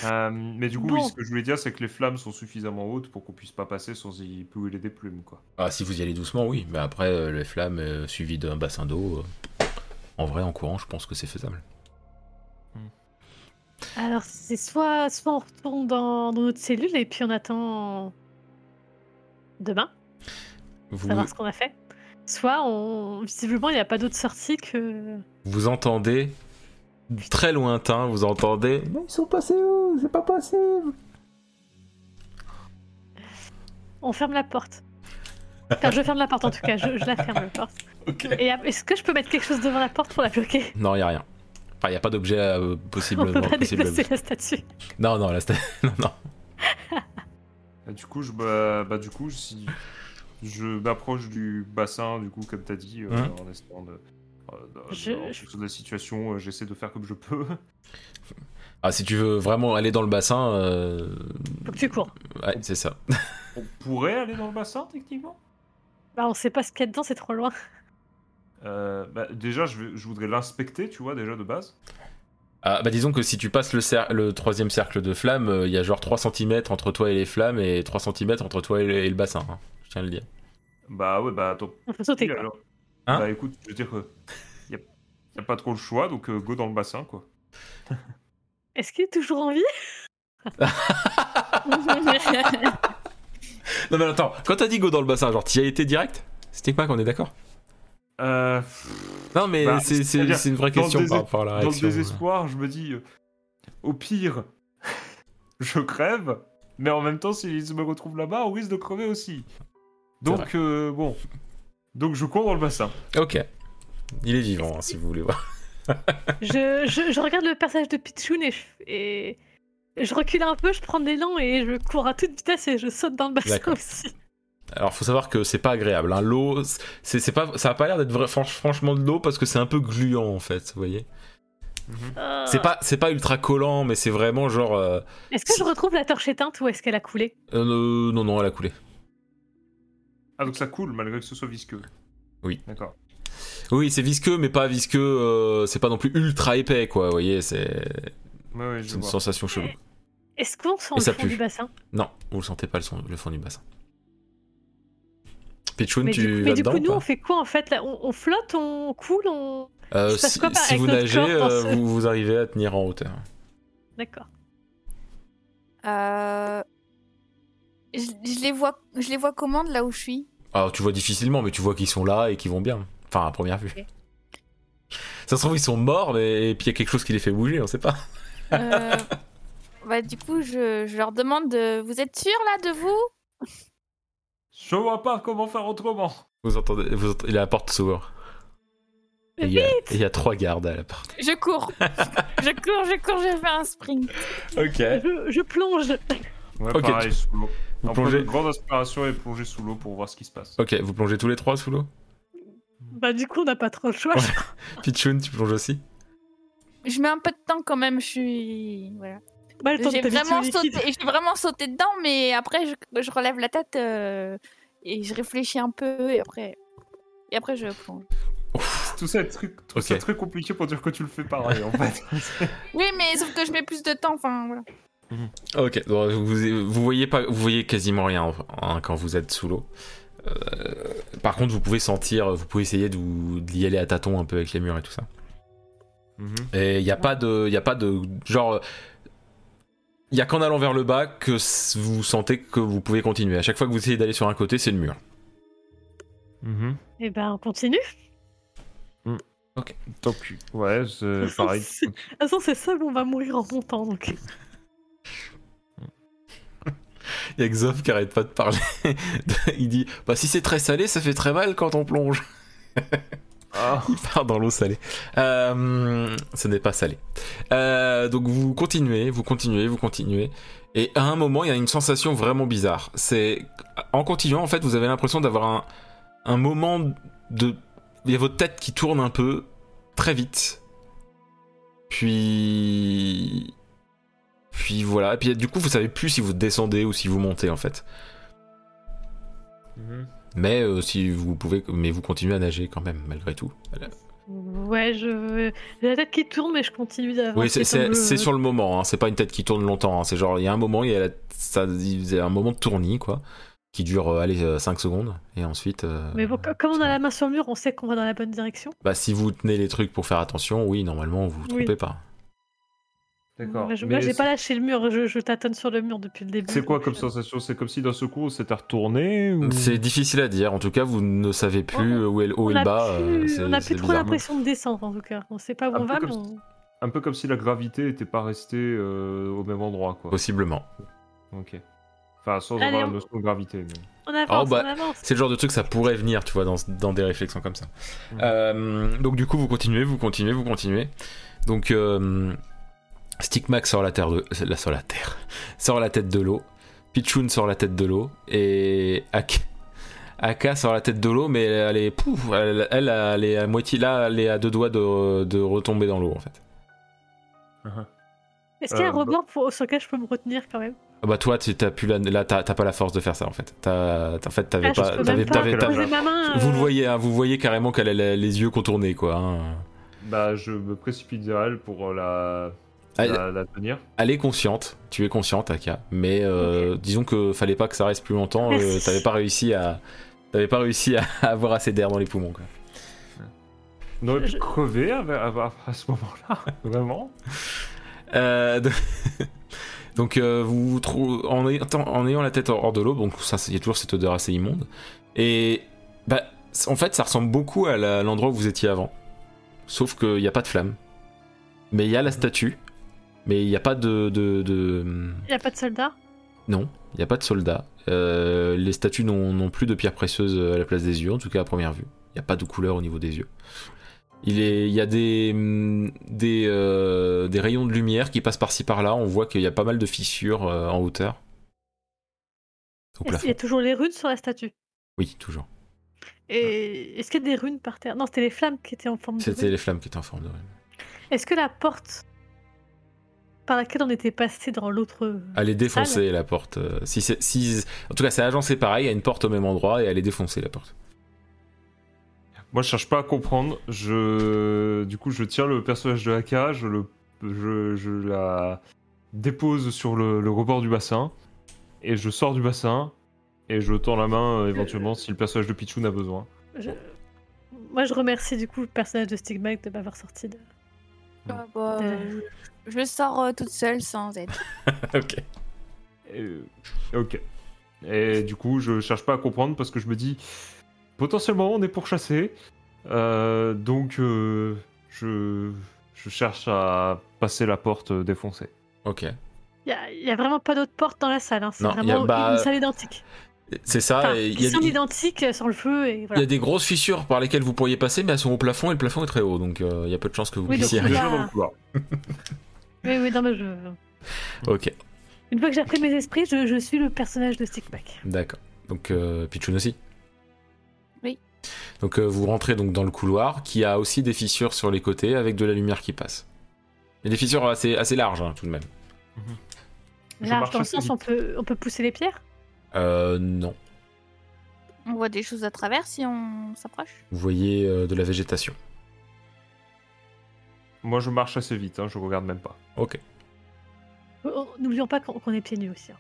Euh, mais du coup, Bon. oui, ce que je voulais dire, c'est que les flammes sont suffisamment hautes pour qu'on puisse pas passer sans y brûler des plumes, quoi. Ah, si vous y allez doucement, oui. Mais après, euh, les flammes euh, suivies d'un bassin d'eau. euh, en vrai, en courant, je pense que c'est faisable. Alors, c'est soit, soit on retourne dans, dans notre cellule et puis on attend demain, Vous, savoir ce qu'on a fait. Soit, on... visiblement, il n'y a pas d'autre sortie que. vous entendez très lointain, vous entendez. Mais ils sont passés où C'est pas possible. On ferme la porte. Enfin, je ferme la porte en tout cas, je, je la ferme la porte. Ok. Et ap- est-ce que je peux mettre quelque chose devant la porte pour la bloquer Non, y a rien. Enfin, y a pas d'objet euh, On peut possiblement. pas possible. déplacer la statue. Non, non, là, c'était- non, non. Et du coup, je bah, bah, du coup, si je m'approche du bassin, du coup, comme t'as dit, euh, Mhm. en essayant de, euh, de- Je- en je- fonction de la situation, euh, j'essaie de faire comme je peux. Ah, si tu veux vraiment aller dans le bassin, euh, Faut que tu cours. ouais, c'est ça. On pourrait aller dans le bassin, techniquement. Bah, on sait pas ce qu'il y a dedans, c'est trop loin. Euh, bah, déjà, je, vais- je voudrais l'inspecter, tu vois, déjà de base. Ah, bah disons que si tu passes le, cer- le troisième cercle de flammes, euh, il y a genre 3 cm entre toi et les flammes et 3 cm entre toi et le, et le bassin. hein. Je tiens à le dire. Bah ouais, bah attends. On peut sauter quoi. alors. Hein bah écoute, je veux dire, il y a, y a pas trop le choix, donc euh, go dans le bassin, quoi. Est-ce qu'il est toujours en vie Non, mais attends, quand t'as dit go dans le bassin, genre t'y as été direct C'était quoi qu'on est d'accord Euh, Non, mais Bah, c'est- c'est c'est-à-dire, c'est une dans vraie le question désespoir- par rapport à la dans le réaction. désespoir, je me dis, euh, au pire, je crève, mais en même temps, si je me retrouve là-bas, on risque de crever vrai. aussi. Donc, euh, bon. Donc, je cours dans le bassin. Ok. Il est vivant, hein, si vous voulez voir. je, je, je regarde le personnage de Pichoun et je, et je recule un peu, je prends de l'élan et je cours à toute vitesse et je saute dans le bassin D'accord. aussi. Alors, faut savoir que c'est pas agréable. hein. L'eau, c'est c'est pas, ça a pas l'air d'être vra- franch- franchement de l'eau parce que c'est un peu gluant en fait, vous voyez. Ah. C'est pas, c'est pas ultra collant, mais c'est vraiment genre. euh, Est-ce que je retrouve la torche éteinte ou est-ce qu'elle a coulé euh, non, non, elle a coulé. Ah, donc ça coule, malgré que ce soit visqueux. Oui. D'accord. Oui, c'est visqueux, mais pas visqueux. euh, c'est pas non plus ultra épais, quoi. Vous voyez, c'est Ouais, ouais, c'est je une vois. sensation chelou. Est-ce qu'on sent Et le ça fond pue. du bassin Non, vous le sentez pas le, son- le fond du bassin. Pichoun, Mais, tu du, coup- vas mais du dedans coup, ou nous, pas on fait quoi en fait là on, on flotte, on coule, on. Euh, il se passe Si, quoi par- si avec vous notre nagez, corps dans euh, ce- vous, vous arrivez à tenir en hauteur. D'accord. Euh, Je, je les vois, je les vois comment de là où je suis Alors, Ah, tu vois difficilement, mais tu vois qu'ils sont là et qu'ils vont bien. Enfin, à première vue. Ok. Ça se trouve, ils sont morts, mais et puis il y a quelque chose qui les fait bouger, on sait pas. Euh, Bah du coup, je, je leur demande de... Vous êtes sûr là de vous Je vois pas comment faire autrement. Vous entendez, vous entendez- la porte s'ouvre. Et il y a- et il y a trois gardes à la porte. Je cours, je cours, je cours, je fais un sprint. Ok. Je, je plonge. Ouais, Ok, pareil, sous l'eau. Vous En plongez- grande inspiration et plonger sous l'eau pour voir ce qui se passe. Ok, vous plongez tous les trois sous l'eau Bah, du coup, on n'a pas trop le choix. je- Pichoun, tu plonges aussi Je mets un peu de temps quand même. Je suis voilà. Bah, le temps de J'ai t'habituer au vraiment liquide. sauté, j'ai vraiment sauté dedans, mais après je, je relève la tête euh, et je réfléchis un peu et après. Et et après je plonge. Tout ça est truc, tout Ok. ça est très compliqué pour dire que tu le fais pareil en fait. Oui, mais sauf que je mets plus de temps. Enfin, voilà. Ok, donc vous, vous voyez pas, vous voyez quasiment rien hein, quand vous êtes sous l'eau. Euh, par contre, vous pouvez sentir, vous pouvez essayer de vous- d'y aller à tâtons un peu avec les murs et tout ça. Et il n'y a pas de. Y a pas de genre. Il n'y a qu'en allant vers le bas que s- vous sentez que vous pouvez continuer. À chaque fois que vous essayez d'aller sur un côté, c'est le mur. Mhm. Et ben, on continue. Donc, ouais, c'est pareil. De toute façon, c'est ça, on va mourir en montant, donc. Il y a Xof qui arrête pas de parler. il dit Bah, si c'est très salé, ça fait très mal quand on plonge. Ah, Il part dans l'eau salée. Euh, ce n'est pas salé. Euh, donc vous continuez, vous continuez, vous continuez. Et à un moment, il y a une sensation vraiment bizarre. C'est en continuant, en fait, vous avez l'impression d'avoir un, un moment de... Il y a votre tête qui tourne un peu très vite. Puis... Puis voilà. Et puis du coup, vous savez plus si vous descendez ou si vous montez, en fait. mhm. Mais euh, si vous pouvez... Mais vous continuez à nager quand même, malgré tout. Ouais, je. J'ai la tête qui tourne, mais je continue d'avancer. Oui, c'est- c'est comme je- c'est sur le moment, hein, c'est pas une tête qui tourne longtemps, hein, c'est genre il y a un moment, il y a, la- ça, il y a un moment de tournis quoi, qui dure euh, allez, 5 secondes, et ensuite... euh, Mais bon, co- comme on a la main sur le mur, on sait qu'on va dans la bonne direction. Bah si vous tenez les trucs pour faire attention, oui, normalement vous vous Oui. trompez pas. D'accord. Moi, je- Mais moi, j'ai c'est- pas lâché le mur, je, je tâtonne sur le mur depuis le début. C'est quoi donc, comme euh, sensation C'est comme si d'un secours on s'était retourné ou... C'est difficile à dire, en tout cas vous ne savez plus On- euh, où est le haut On et le a bas, euh, plus, c'est on a c'est plus trop bizarre. l'impression de descendre en tout cas. On sait pas où Un on peu va, comme mais si- on- Un peu comme si la gravité était pas restée euh, au même endroit, quoi. Possiblement. Ok. Enfin, sans Allez, avoir la on- notion de gravité. mais- on avance, bah, on avance. C'est le genre de truc ça pourrait venir, tu vois, dans, dans des réflexions comme ça. Mhm. Euh, donc du coup, vous continuez, vous continuez, vous continuez. Donc euh, Stickmac sort la terre de la sort la terre, sort la tête de l'eau. Pichun sort la tête de l'eau et Ak- Aka sort la tête de l'eau, mais elle est pouf, elle, elle, elle est à moitié là, elle est à deux doigts de, de retomber dans l'eau en fait. Est-ce qu'il y a un euh, bah- rebord pour- sur lequel je peux me retenir quand même Ah Bah toi, tu t'as plus la, là, t'as t'as pas la force de faire ça en fait. T'as- t'as- en fait, t'avais Ah, je pas, peux t'avais- même pas t'avais- t'avais- poser ma main. vous le euh, voyez, hein, vous voyez carrément qu'elle a la- les yeux contournés quoi. hein. Bah, je me précipite vers elle pour euh, la... Elle- la... la tenir. Elle est consciente, tu es consciente, Aka, mais euh, disons que fallait pas que ça reste plus longtemps, euh, Merci. t'avais pas réussi à. T'avais pas réussi à avoir assez d'air dans les poumons quoi. On aurait pu Je- crever à, à- à- à ce moment-là, vraiment. Euh, de- donc euh, vous vous trouvez en, ayant- en ayant la tête hors hors de l'eau, donc ça il y a toujours cette odeur assez immonde. Et bah c- en fait ça ressemble beaucoup à la- l'endroit où vous étiez avant, sauf qu'il n'y a pas de flamme, mais il y a la statue, mais il n'y a pas de- de- de... Il n'y a pas de soldat Non, il n'y a pas de soldats. Euh, les statues n'ont n'ont plus de pierres précieuses à la place des yeux, en tout cas à première vue. Il n'y a pas de couleur au niveau des yeux. Il est- il y a des, hum, des, euh, des rayons de lumière qui passent par-ci par-là. On voit qu'il y a pas mal de fissures euh, en hauteur. Au Est-ce plafond. qu'il y a toujours les runes sur la statue Oui, toujours. Et est-ce qu'il y a des runes par terre Non, c'était les flammes qui étaient en forme de C'était runes. les flammes qui étaient en forme de rune. Est-ce que la porte par laquelle on était passé dans l'autre. Elle est défoncée la porte. Euh, Si c'est- si, en tout cas, c'est agencé pareil. Il y a une porte au même endroit et elle est défoncée la porte. Moi, je cherche pas à comprendre. Je, du coup, je tiens le personnage de Haka, je le, je, je la dépose sur le, le rebord du bassin, et je sors du bassin, et je tends la main euh, éventuellement si le personnage de Pichou n'a besoin. Je- Moi, je remercie du coup le personnage de Stigmate de m'avoir sorti de. Ah, bah, Euh. je- Je sors euh, toute seule sans aide. ok. Et- euh, ok. Et du coup, je cherche pas à comprendre parce que je me dis, potentiellement, on est pourchassé, euh, donc euh, je, je cherche à passer la porte euh, défoncée. Ok. Il n'y a, vraiment pas d'autre porte dans la salle, hein, c'est Non, y a- vraiment bah, une salle identique. C'est ça. Enfin, et il y qui a- sont identiques euh, sur le feu et Il y voilà. a des grosses fissures par lesquelles vous pourriez passer, mais elles sont au plafond et le plafond est très haut, donc euh, il y a peu de chances que vous Oui, donc puissiez on arriver. va- Déjà dans le couloir. Oui, oui, non, mais je- Ok, Une fois que j'ai repris mes esprits, je, je suis le personnage de Stigmate. d'accord. Donc euh, Pichun aussi. Oui. Donc euh, vous rentrez donc dans le couloir qui a aussi des fissures sur les côtés avec de la lumière qui passe. Et des fissures assez, assez larges hein, tout de même. Je Là, marche dans le assez sens, vite. on peut, on peut pousser les pierres Euh, non. On voit des choses à travers si on s'approche. Vous voyez euh, de la végétation. Moi, je marche assez vite, hein, je regarde même pas. Ok. Oh, oh, N'oublions pas qu'on qu'on est pieds nus aussi. hein.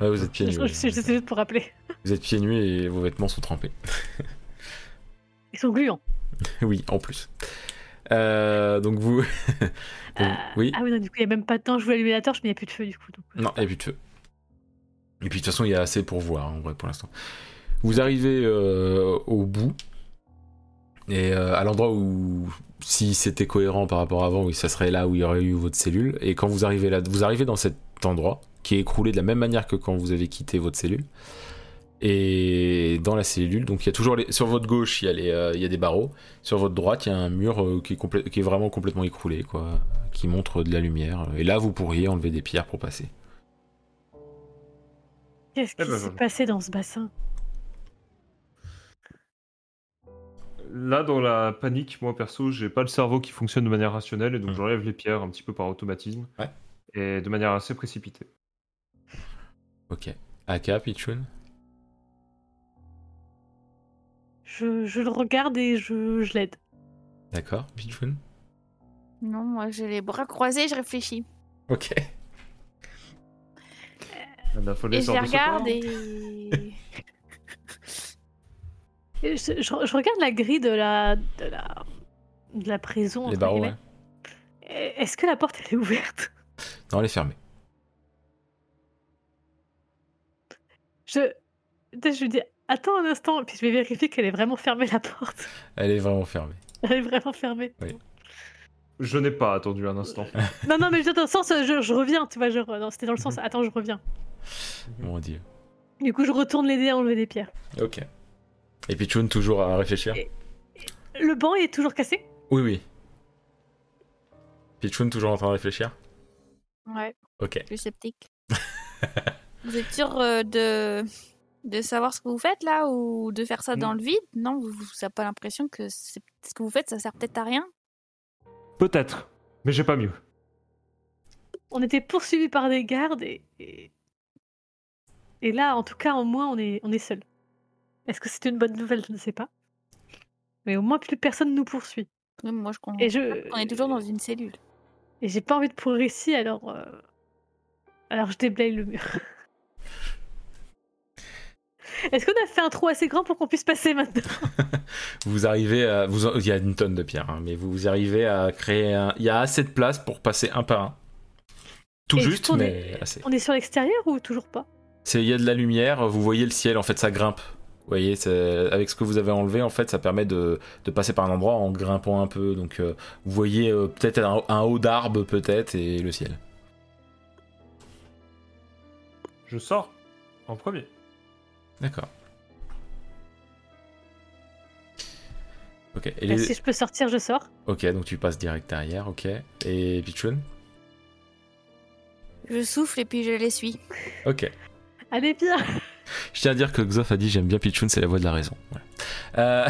Ouais, Ah, vous êtes pieds Je- nus. je- C'est c'est juste pour rappeler. Vous êtes pieds nus et vos vêtements sont trempés. Ils sont gluants. oui, en plus. Euh, donc vous. donc, oui. Ah oui, non, du coup, il n'y a même pas de temps. Je voulais allumer la torche, mais il n'y a plus de feu, du coup. donc, euh, Non, et puis de feu. Et puis de toute façon, il y a assez pour voir, hein, en vrai, pour l'instant. Vous arrivez euh, au bout, et euh, à l'endroit où, si c'était cohérent par rapport à avant, oui, ça serait là où il y aurait eu votre cellule. Et quand vous arrivez là, vous arrivez dans cet endroit qui est écroulé de la même manière que quand vous avez quitté votre cellule. Et dans la cellule, donc il y a toujours les- sur votre gauche, il y, a les, euh, il y a des barreaux. Sur votre droite, il y a un mur euh, qui, est complè- qui est vraiment complètement écroulé, quoi, qui montre de la lumière. Et là, vous pourriez enlever des pierres pour passer. Qu'est-ce Eh qui ben, s'est je- passé dans ce bassin Là, dans la panique, moi perso, j'ai pas le cerveau qui fonctionne de manière rationnelle, et donc Mm. j'enlève les pierres un petit peu par automatisme, Ouais. et de manière assez précipitée. Ok. Aka, Pichun je, je le regarde et je, je l'aide. D'accord, Pichun Non, moi j'ai les bras croisés, je réfléchis. Ok. Un affolé Et je sort les de ce corps. regarde et. Et Euh, Je, je- je regarde la grille de la, de la, de la prison. Les entre barreaux, guillemets. ouais. Et- Est-ce que la porte elle est ouverte Non, elle est fermée. Je, je lui dis attends un instant, puis je vais vérifier qu'elle est vraiment fermée la porte. Elle est vraiment fermée. Elle est vraiment fermée. Oui. Je n'ai pas attendu un instant. Non, non, mais je veux dire, dans le sens, je, je reviens, tu vois, genre, non, c'était dans le Mhm. sens, attends, je reviens. Mon dieu. Du coup, je retourne l'aider à enlever des pierres. Mhm. Ok. Et Pichun toujours à réfléchir Et- Le banc est toujours cassé Oui, oui. Pichun toujours en train de réfléchir Ouais, Ok. plus sceptique. vous êtes sûr euh, de... de savoir ce que vous faites là ou de faire ça dans le vide Non, vous n'avez pas l'impression que c'est- ce que vous faites ça sert peut-être à rien Peut-être, mais j'ai pas mieux. On était poursuivis par des gardes et, et. et là, en tout cas, au moins, on est, on est seul. Est-ce que c'est une bonne nouvelle Je ne sais pas. Mais au moins, plus personne nous poursuit. Oui, Moi je comprends. Et je. On est toujours dans une cellule. Et j'ai pas envie de pourrir ici, alors. euh, Alors je déblaye le mur. Est-ce qu'on a fait un trou assez grand pour qu'on puisse passer maintenant Vous arrivez à. Vous... Il y a une tonne de pierres, hein, mais vous arrivez à créer. un- Il y a assez de place pour passer un par un. Tout Et juste, on mais est- assez. On est sur l'extérieur ou toujours pas C'est- Il y a de la lumière, vous voyez le ciel, en fait, ça grimpe. Vous voyez, c'est- avec ce que vous avez enlevé, en fait, ça permet de, de passer par un endroit en grimpant un peu. Donc, euh, vous voyez euh, peut-être un, un haut d'arbre, peut-être, et le ciel. Je sors en premier. D'accord. Ok, et Bah, les- Si je peux sortir, je sors. ok, donc tu passes direct derrière, ok. Et Pichun Je souffle et puis je les suis. Ok. Allez, bien Je tiens à dire que Xof a dit J'aime bien Pichun, c'est la voix de la raison. Voilà. Euh,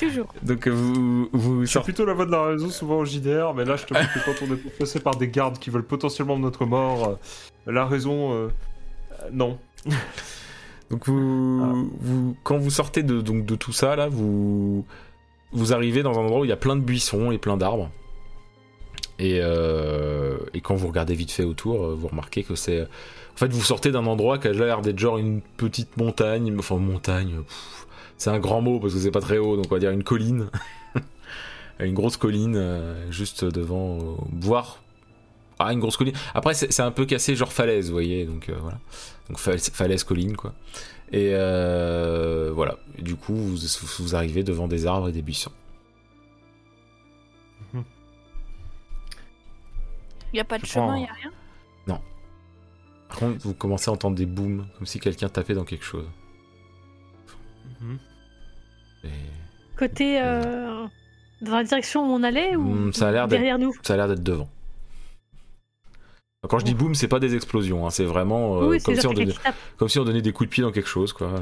Toujours. donc, vous, vous C'est sortez. plutôt la voix de la raison souvent au JDR, mais là je te que quand on est pourchassé par des gardes qui veulent potentiellement notre mort, euh, la raison, euh, euh, non. Donc vous, vous- quand vous sortez de, donc de tout ça là, vous, vous arrivez dans un endroit où il y a plein de buissons et plein d'arbres. Et, euh, et quand vous regardez vite fait autour, euh, vous remarquez que c'est, en fait, vous sortez d'un endroit qui a l'air d'être genre une petite montagne, enfin montagne, pff, c'est un grand mot parce que c'est pas très haut, donc on va dire une colline, une grosse colline euh, juste devant, euh, voire ah une grosse colline. Après c'est c'est un peu cassé genre falaise, vous voyez, donc euh, voilà, donc fa- falaise colline quoi. Et euh, voilà, du coup, vous, vous arrivez devant des arbres et des buissons. Il n'y a pas de Je chemin, prends- il n'y a rien. Par contre, vous commencez à entendre des booms, comme si quelqu'un tapait dans quelque chose. Mhm. Et Côté. euh, Dans la direction où on allait ou Hmm, ça a l'air d'être- derrière nous ça a l'air d'être devant. Quand je dis boom, c'est pas des explosions, hein, Oh. c'est vraiment euh, Oui, c'est comme, si genre on quelqu'un donnait, qui tape. comme si on donnait des coups de pied dans quelque chose, quoi.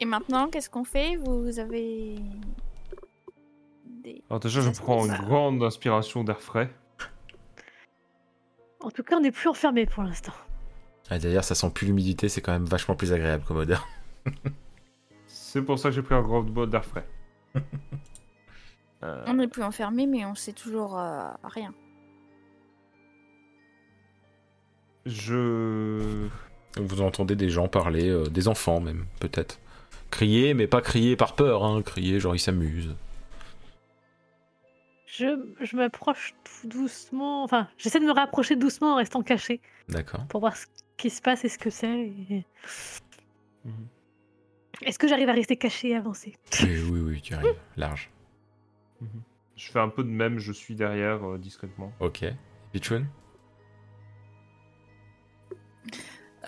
Et maintenant, qu'est-ce qu'on fait Vous avez. Des... Alors déjà Ça je se prends passe. une grande inspiration d'air frais. En tout cas, on n'est plus enfermé pour l'instant. Ah, D'ailleurs, ça sent plus l'humidité, c'est quand même vachement plus agréable comme odeur. C'est pour ça que j'ai pris un gros bol d'air frais. Euh, On n'est plus enfermé, mais on sait toujours euh, rien. je. Vous entendez des gens parler, euh, des enfants même, peut-être. Crier, mais pas crier par peur, hein. crier genre ils s'amusent. Je, je m'approche tout doucement. Enfin, j'essaie de me rapprocher doucement en restant caché D'accord. pour voir ce qui se passe et ce que c'est. et- Mhm. Est-ce que j'arrive à rester caché et avancer Oui, oui, oui, tu arrives. Large. Je fais un peu de même, je suis derrière euh, discrètement. Ok. Bichun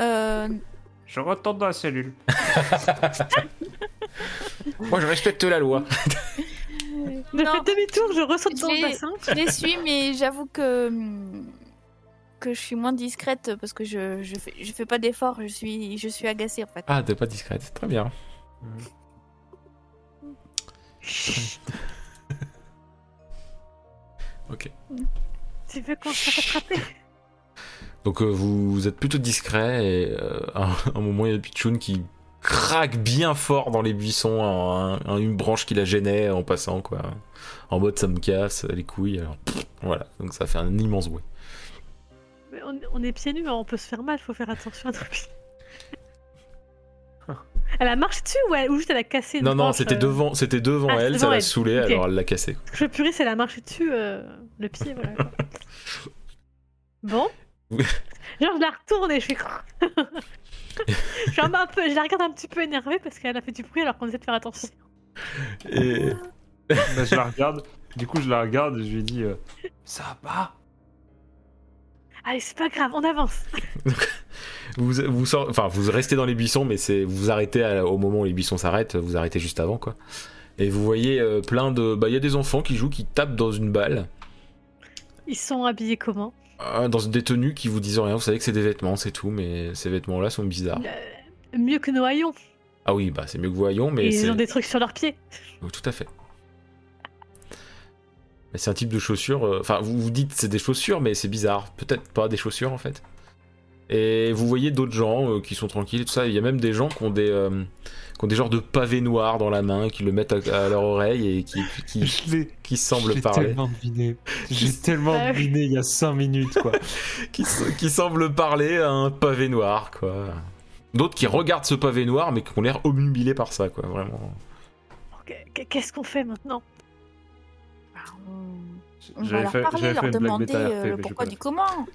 Euh, Je retourne dans la cellule. Moi, je respecte la loi. Je Non. fais demi-tour, je ressors dans le J'ai- bassin. je les suis, mais j'avoue que hum, que je suis moins discrète parce que je je fais, je fais pas d'efforts. Je suis je suis agacée en fait. Ah, t'es pas discrète. Très bien. Ok. Tu veux qu'on se fasse attraper Donc euh, vous, vous êtes plutôt discret et euh, à un, à un moment il y a Pichoun qui craque bien fort dans les buissons en- en- en une branche qui la gênait en passant quoi. En mode ça me casse les couilles alors pff, voilà donc ça fait un immense bruit. Mais on, on est pieds nus, mais on peut se faire mal, faut faire attention à notre pied. Elle a marché dessus ou, elle- ou juste elle a cassé une Non non branche, c'était euh, devant c'était devant Ah, elle ça c'est devant l'a elle. saoulée Ok. alors elle l'a cassé. parce que Le puriste, elle a marché dessus, euh, le pied, voilà. quoi. bon. Oui. Genre, je la retourne et je fais. je, un peu, je la regarde un petit peu énervée parce qu'elle a fait du bruit alors qu'on essaie de faire attention. Et Bah, je la regarde. Du coup, je la regarde et je lui dis euh, Ça va Allez, c'est pas grave, on avance. vous vous sort- enfin vous restez dans les buissons mais c'est vous vous arrêtez à- au moment où les buissons s'arrêtent vous arrêtez juste avant quoi. Et vous voyez euh, plein de bah il y a des enfants qui jouent qui tapent dans une balle. Ils sont habillés comment Ah, dans des tenues qui vous disent rien, vous savez que c'est des vêtements, c'est tout, mais ces vêtements-là sont bizarres. Euh, Mieux que noyons. Ah oui, bah c'est mieux que voyons, mais c'est... Ils ont des trucs sur leurs pieds. Oh, Tout à fait. Mais c'est un type de chaussures... euh, Enfin, vous vous dites c'est des chaussures, mais c'est bizarre. Peut-être pas des chaussures, en fait. Et vous voyez d'autres gens euh, qui sont tranquilles et tout ça. Il y a même des gens qui ont des, euh, qui ont des genres de pavés noirs dans la main, qui le mettent à, à leur oreille et qui, qui, Je l'ai. qui je semblent l'ai parler. tellement deviné. J'ai tellement Ah oui. deviné il y a 5 minutes, quoi. qui, s- qui semble parler à un pavé noir, quoi. D'autres qui regardent ce pavé noir, mais qui ont l'air obnubilés par ça, quoi, vraiment. Ok, Qu'est-ce qu'on fait maintenant Bah, on, on va J'avais leur fait, parler, j'avais leur fait une blague demander bêta euh, RP, mais le je pourquoi connais. du comment.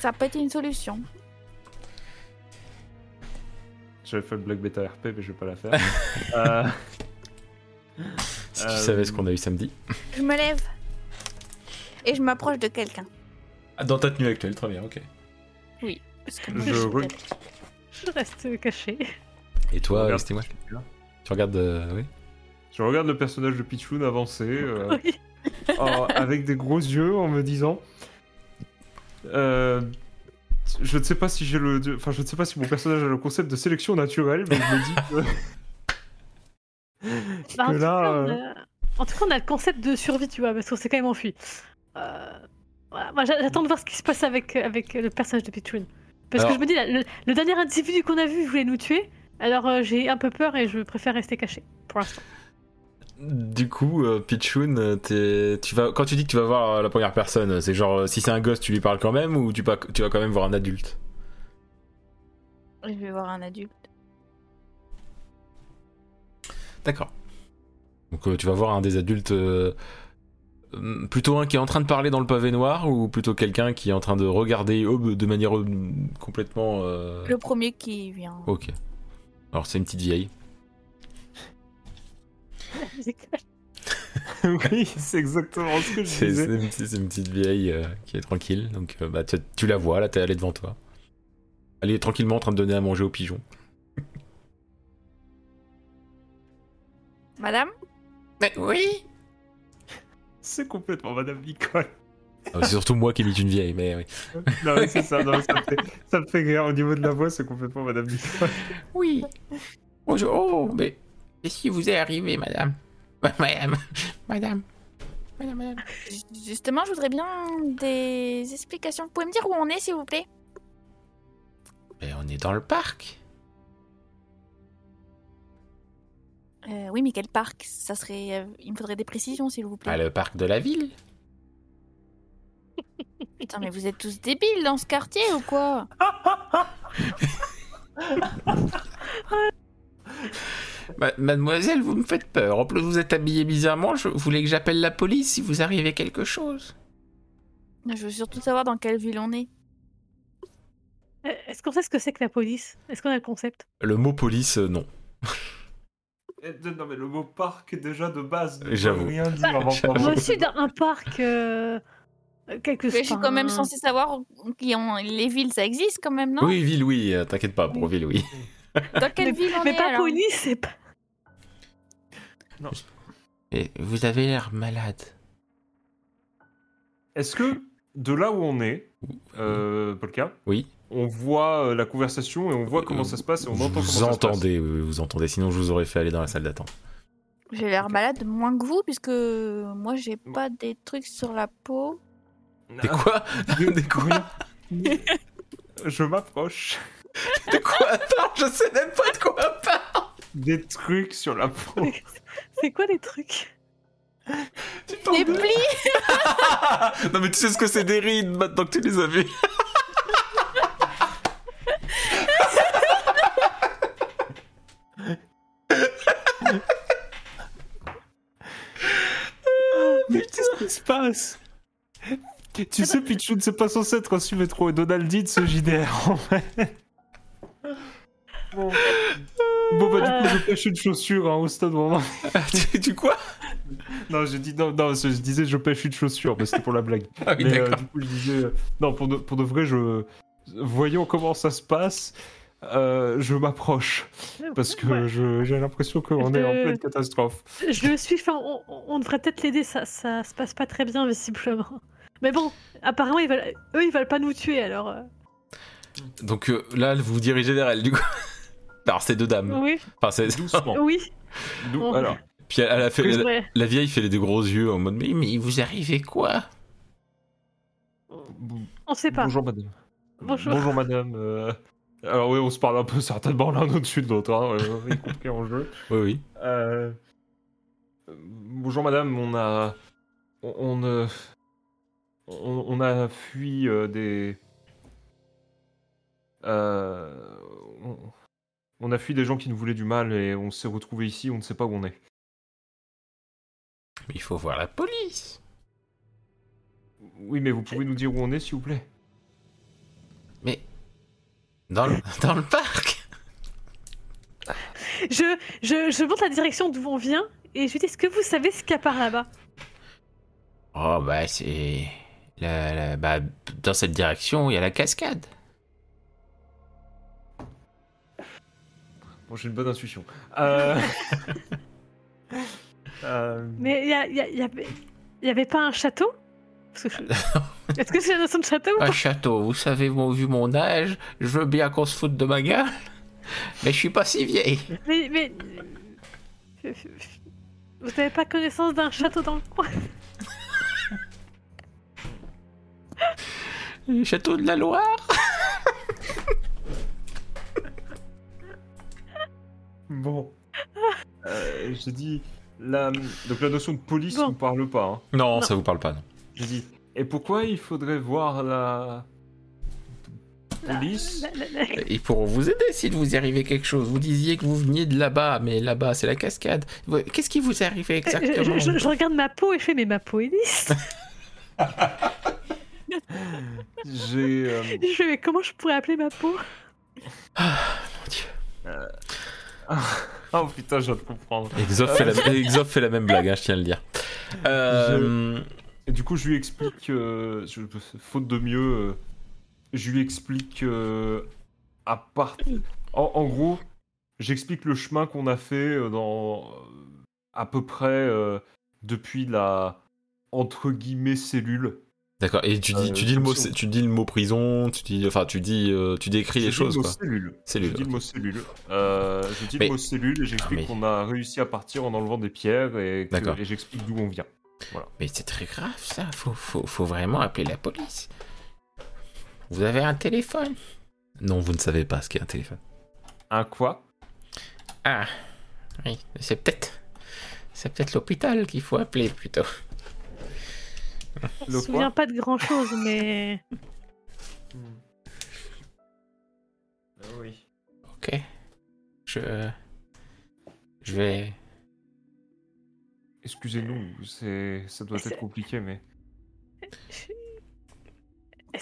Ça peut être une solution. J'avais fait le blague bêta RP, mais je vais pas la faire. Euh, Si tu Euh, savais ce qu'on a eu samedi. Je me lève et je m'approche de quelqu'un. Dans ta tenue actuelle, très bien, ok. Parce que moi, je suis re- peut-être- Je reste cachée. Et toi, Regarde. restez moi Tu regardes, euh, oui je regarde le personnage de Pichoun avancer euh, Oui. en- Oh, avec des gros yeux en me disant euh, Je ne sais pas si j'ai le. Enfin, je ne sais pas si mon personnage a le concept de sélection naturelle, mais je me dis que. Bah, en, que tout là, euh, cas, on a- en tout cas, on a le concept de survie, tu vois, parce qu'on s'est quand même enfui. Euh, voilà, moi, j'a- j'attends de voir ce qui se passe avec, avec le personnage de Pitchoun. Parce Alors- que je me dis, là, le, le dernier individu qu'on a vu voulait nous tuer, alors euh, j'ai un peu peur et je préfère rester caché pour l'instant. Du coup, euh, Pichoun, euh, t'es- tu vas, quand tu dis que tu vas voir euh, la première personne, c'est genre, euh, si c'est un gosse, tu lui parles quand même, ou tu, pas- tu vas quand même voir un adulte Je vais voir un adulte. D'accord. Donc euh, tu vas voir un des adultes, euh, euh, plutôt un qui est en train de parler dans le pavé noir ou plutôt quelqu'un qui est en train de regarder ob- de manière ob- complètement... euh, Le premier qui vient. Oh. Ok. Alors c'est une petite vieille. oui, c'est exactement ce que je C'est c'est disais. une, c'est une petite vieille euh, qui est tranquille. Donc euh, bah, tu, tu la vois, là t'es allé devant toi. Elle est tranquillement en train de donner à manger aux pigeons. Madame oui C'est complètement Madame Nicole. Euh, C'est surtout moi qui imite une vieille, mais oui. Non, mais c'est ça, non, mais ça, me fait, ça me fait rire. Au niveau de la voix, c'est complètement Madame Nicole. Oui. Bonjour. Oh, mais qu'est-ce qui vous est arrivé, madame Bah, Madame. Madame. Madame, madame. Justement, je voudrais bien des explications. Vous pouvez me dire où on est, s'il vous plaît Mais on est dans le parc. Euh, oui, mais quel parc Ça serait. euh, Il me faudrait des précisions, s'il vous plaît. Ah, le parc de la ville. Putain, mais vous êtes tous débiles dans ce quartier ou quoi Ma- mademoiselle, vous me faites peur. En plus, vous êtes habillée bizarrement. Je voulais que j'appelle la police si vous arrivez quelque chose. Je veux surtout savoir dans quelle ville on est. Euh, Est-ce qu'on sait ce que c'est que la police Est-ce qu'on a le concept Le mot police, euh, non. Eh, Non mais le mot parc déjà de base ne J'avoue. veut rien dire avant J'avoue. qu'on- Moi aussi, dans un parc, euh, euh, quelque Mais je suis quand même enfin, censée savoir où- qui ont les villes, ça existe quand même, Hein non Oui, ville, oui. euh, T'inquiète pas, pour ville, oui. Dans quelle ville on Mais est pas alors police, c'est pas. Et vous avez l'air malade. Est-ce que de là où on est, euh, Polka, Oui. on voit euh, la conversation et on voit comment Euh, ça se passe et on Vous entend vous comment ça se passe. entendez, oui, oui, vous entendez. Sinon, je vous aurais fait aller dans la salle d'attente. J'ai l'air malade moins que vous, puisque moi j'ai pas des trucs sur la peau. Des quoi Des quoi Je m'approche De quoi elle parle Je sais même pas de quoi elle parle. des trucs sur la peau. C'est quoi les trucs Tu Des parles de- plis non mais tu sais ce que c'est des rides maintenant que tu les as vues. Mais qu'est-ce qui se passe Tu sais, Pichou ne s'est pas censé être un métro et Donaldine ce JDR en fait. Bon, bon bah du coup, je pêche une chaussure hein, à Houston moment. Ah, tu, tu quoi Non, je, dis, non, non, parce que je disais je pêche une chaussure, mais c'était pour la blague. Ah oui, Mais euh, d'accord. du coup, je disais. euh, Non, pour de, pour de vrai, je. Voyons comment ça se passe. Euh, je m'approche parce que Ouais. je- j'ai l'impression qu'on est en Je- pleine catastrophe. Je le suis, enfin, on, on- on devrait peut-être l'aider, ça, ça se passe pas très bien, visiblement. Mais bon, apparemment, ils veulent, eux, ils veulent pas nous tuer, alors. euh, Donc euh, là, vous vous dirigez vers elle, du coup. Alors, c'est deux dames. Oui, Enfin, c'est- Doucement. oui, Dou- on- alors, Puis elle, elle a fait, la, ouais. la vieille fait les deux gros yeux en mode mais, mais vous arrivez quoi b- on sait pas. bonjour madame. Bonjour. madame. euh, Alors oui, on se parle un peu certainement l'un au-dessus de l'autre, hein, euh, y compris en jeu. Oui, oui. Euh, euh, Bonjour madame, on a. On, on, euh, on- on a fui euh, des. euh, on, on a fui des gens qui nous voulaient du mal et on s'est retrouvés ici, on ne sait pas où on est. Mais il faut voir la police. Oui, mais vous pouvez nous dire où on est, s'il vous plaît Dans le, dans le parc. Je, je, je montre la direction d'où on vient et je lui dis Est-ce que vous savez ce qu'il y a par là-bas Oh bah c'est... la- la- bah, dans cette direction, il y a la cascade. Bon, j'ai une bonne intuition. Euh, euh, Mais il y, a- il y a- il y avait- il y avait pas un château Parce que je- Est-ce que c'est la notion de château Un château, vous savez, mon, vu mon âge, je veux bien qu'on se foute de ma gueule, mais je suis pas si vieille. Mais. mais... Vous n'avez pas connaissance d'un château dans le coin Le château de la Loire Bon. Euh, j'ai dit. La... Donc la notion de police ne Bon. nous parle pas. hein. non, Non. ça vous parle pas, non. J'ai dit. Et pourquoi il faudrait voir la. Police La- la- la- Ils pourront vous aider s'il vous arrivait quelque chose. Vous disiez que vous veniez de là-bas, mais là-bas, c'est la cascade. Vous- Qu'est-ce qui vous est arrivé exactement Eh, Je, je- je regarde ma peau et je fais Mais ma peau est lisse J'ai. euh, Je fais Mais comment je pourrais appeler ma peau Oh putain, je viens de comprendre. Exof fait, la... Exof fait la même blague, hein, je tiens à le dire. Euh, Et du coup, je lui explique. euh, je- Faute de mieux. euh, Je lui explique. euh, À part. En, en gros, j'explique le chemin qu'on a fait euh, dans. euh, À peu près. euh, Depuis la. Entre guillemets, cellule. D'accord, et tu dis, Euh, tu, dis le mot, fonction. tu dis le mot prison, tu dis, enfin, tu dis, euh, tu décris Je les dis choses, le mot quoi. Cellule. C'est Je lui. dis le mot cellule. Euh, je dis Mais- Ah, le mot cellule et j'explique mais- qu'on a réussi à partir en enlevant des pierres et, que- D'accord. et j'explique d'où on vient. Mais c'est très grave, ça. Faut, faut, faut vraiment appeler la police. Vous avez un téléphone Non, vous ne savez pas ce qu'est un téléphone. Un quoi Ah, oui, mais c'est peut-être. C'est peut-être l'hôpital qu'il faut appeler plutôt. Je Le me souviens pas de grand chose, mais. Oui. Ok. Je. Je vais. Excusez-nous, c'est ça doit C'est- être compliqué, mais Est-ce que-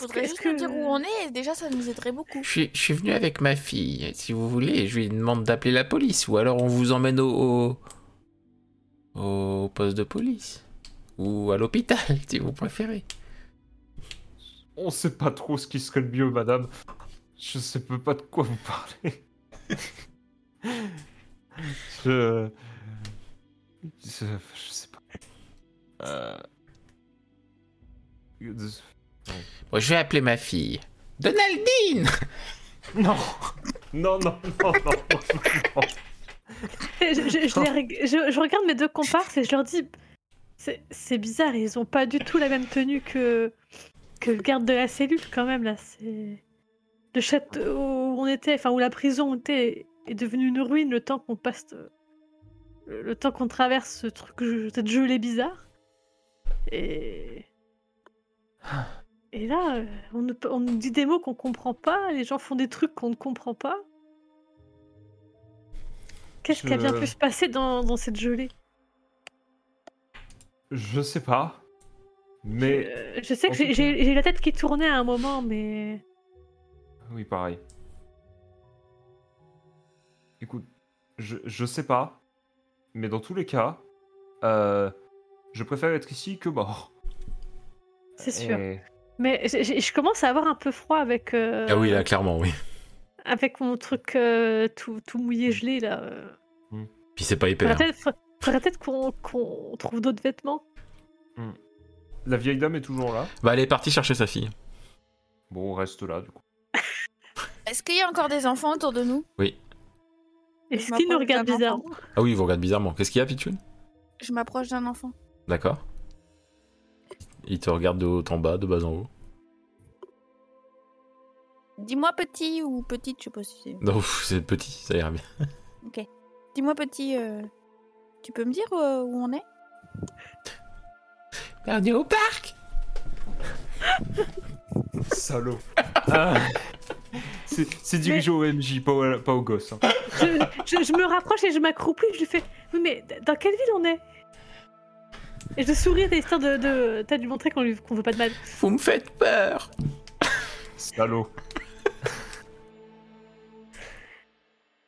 Faudrait est-ce juste nous dire où que. on est, et déjà ça nous aiderait beaucoup. Je suis, je suis venu avec ma fille. Si vous voulez, je lui demande d'appeler la police. Ou alors on vous emmène au. au, au poste de police. Ou à l'hôpital, si vous préférez. on sait pas trop ce qui serait le mieux, madame. Je sais peu pas de quoi vous parlez. je... je je sais pas. Euh... Bon, je vais appeler ma fille. Donaldine Non, non, non, non, non, non. je, je- je les reg- je- je regarde mes deux comparses et je leur dis c'est- c'est bizarre, ils ont pas du tout la même tenue que, que le garde de la cellule, quand même. là. C'est. Le château où on était, enfin où la prison où on était est devenue une ruine le temps qu'on passe. euh, Le, le temps qu'on traverse ce truc, je- cette gelée bizarre. Et. Et là, euh, on nous, on nous dit des mots qu'on comprend pas, les gens font des trucs qu'on ne comprend pas. Qu'est-ce qui a bien Je- pu se passer dans, dans cette gelée Je sais pas. Mais Euh, Je sais en que tout j'ai- j'ai j'ai la tête qui tournait à un moment, mais. Oui, pareil. Écoute, je, je sais pas, mais dans tous les cas, euh, je préfère être ici que mort. C'est sûr. Et- Mais j'ai- j'ai- je commence à avoir un peu froid avec, euh, Ah oui, là, clairement, oui. avec mon truc euh, tout, tout mouillé, gelé là. euh. Puis c'est pas épais. Faudrait hein. peut-être faudrait peut-être qu'on qu'on trouve d'autres vêtements. La vieille dame est toujours là. Bah, elle est partie chercher sa fille. Bon, on reste là, du coup. Est-ce qu'il y a encore des enfants autour de nous Est-ce Je qu'ils nous m'approche regardent d'un bizarrement enfant. Ah oui, ils vous regardez bizarrement. Qu'est-ce qu'il y a, Pichun Je m'approche d'un enfant. D'accord. Il te regarde de haut en bas, de bas en haut. Dis-moi petit ou petite, je sais pas si c'est. Non, pff, c'est petit, ça ira bien. Dis-moi petit, euh, tu peux me dire euh, où on est Ben, On est au parc Salaud. Ah. C'est c'est dirigé au MJ, pas au, pas au gosse. hein. je, je- je me rapproche et je m'accroupis. Je lui fais Oui, mais d- dans quelle ville on est Et je souris, t'as histoire de. de t'as dû montrer qu'on lui qu'on veut pas de mal. Vous me faites peur Salaud.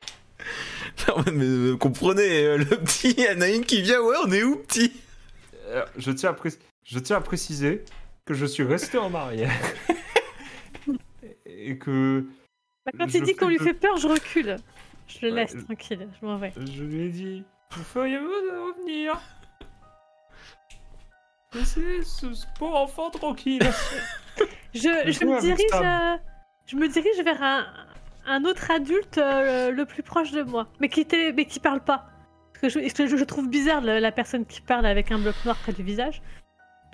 Non, mais, euh, comprenez, euh, le petit Anaïm qui vient, ouais, on est où, petit Euh, je, tiens à pré- je tiens à préciser que je suis resté en arrière. Et que Bah, quand il Je dit qu'on lui fais- fait peur, je recule. Je le Ouais, laisse je- tranquille, je m'en vais. Je lui ai dit, vous feriez mieux de revenir. Laissez ce ce pauvre enfant tranquille. Je, Le je jouer me avec dirige, Stab. euh, je me dirige vers un, un autre adulte euh, le, le plus proche de moi, mais qui, télé- mais qui parle pas. Parce que je, je- je trouve bizarre la, la personne qui parle avec un bloc noir près du visage.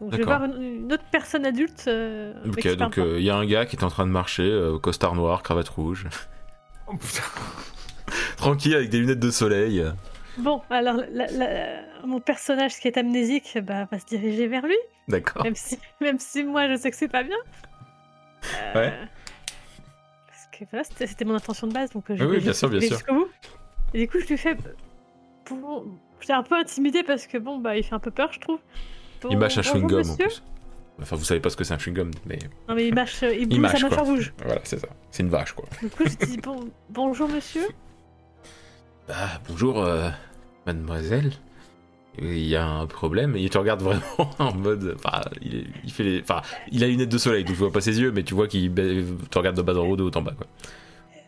Donc je vais D'accord. voir une, une autre personne adulte. euh, mais Ok, qui parle donc il pas. y a un gars qui est en train de marcher, euh, costard noir, cravate rouge, Oh, putain. tranquille avec des lunettes de soleil. Bon, alors la- la- mon personnage qui est amnésique bah, va se diriger vers lui, D'accord. même, si, même si moi je sais que c'est pas bien. Euh, Ouais. Parce que voilà, c'était c'était mon intention de base, donc euh, je Oui, vais oui, bien jus- sûr, bien je vais sûr. jusqu'au bout. Et du coup, je lui fais. Bon, J'étais un peu intimidée parce que bon, bah, il fait un peu peur, je trouve. Bon, Il mâche un Oh, bonjour, chewing-gum en monsieur. plus. Enfin, vous savez pas ce que c'est un chewing-gum, mais Non, mais il mâche, euh, il bouge, mâche, sa quoi. mâchoire bouge. voilà, c'est ça. C'est une vache, quoi. Du coup, je dis bon, bonjour, monsieur. Bah, bonjour, euh, mademoiselle. Il y a un problème, et il te regarde vraiment en mode. Enfin, il, est- il fait les. Enfin, il a les lunettes de soleil, donc tu vois pas ses yeux, mais tu vois qu'il ba- te regarde de bas en haut, de haut en bas, quoi.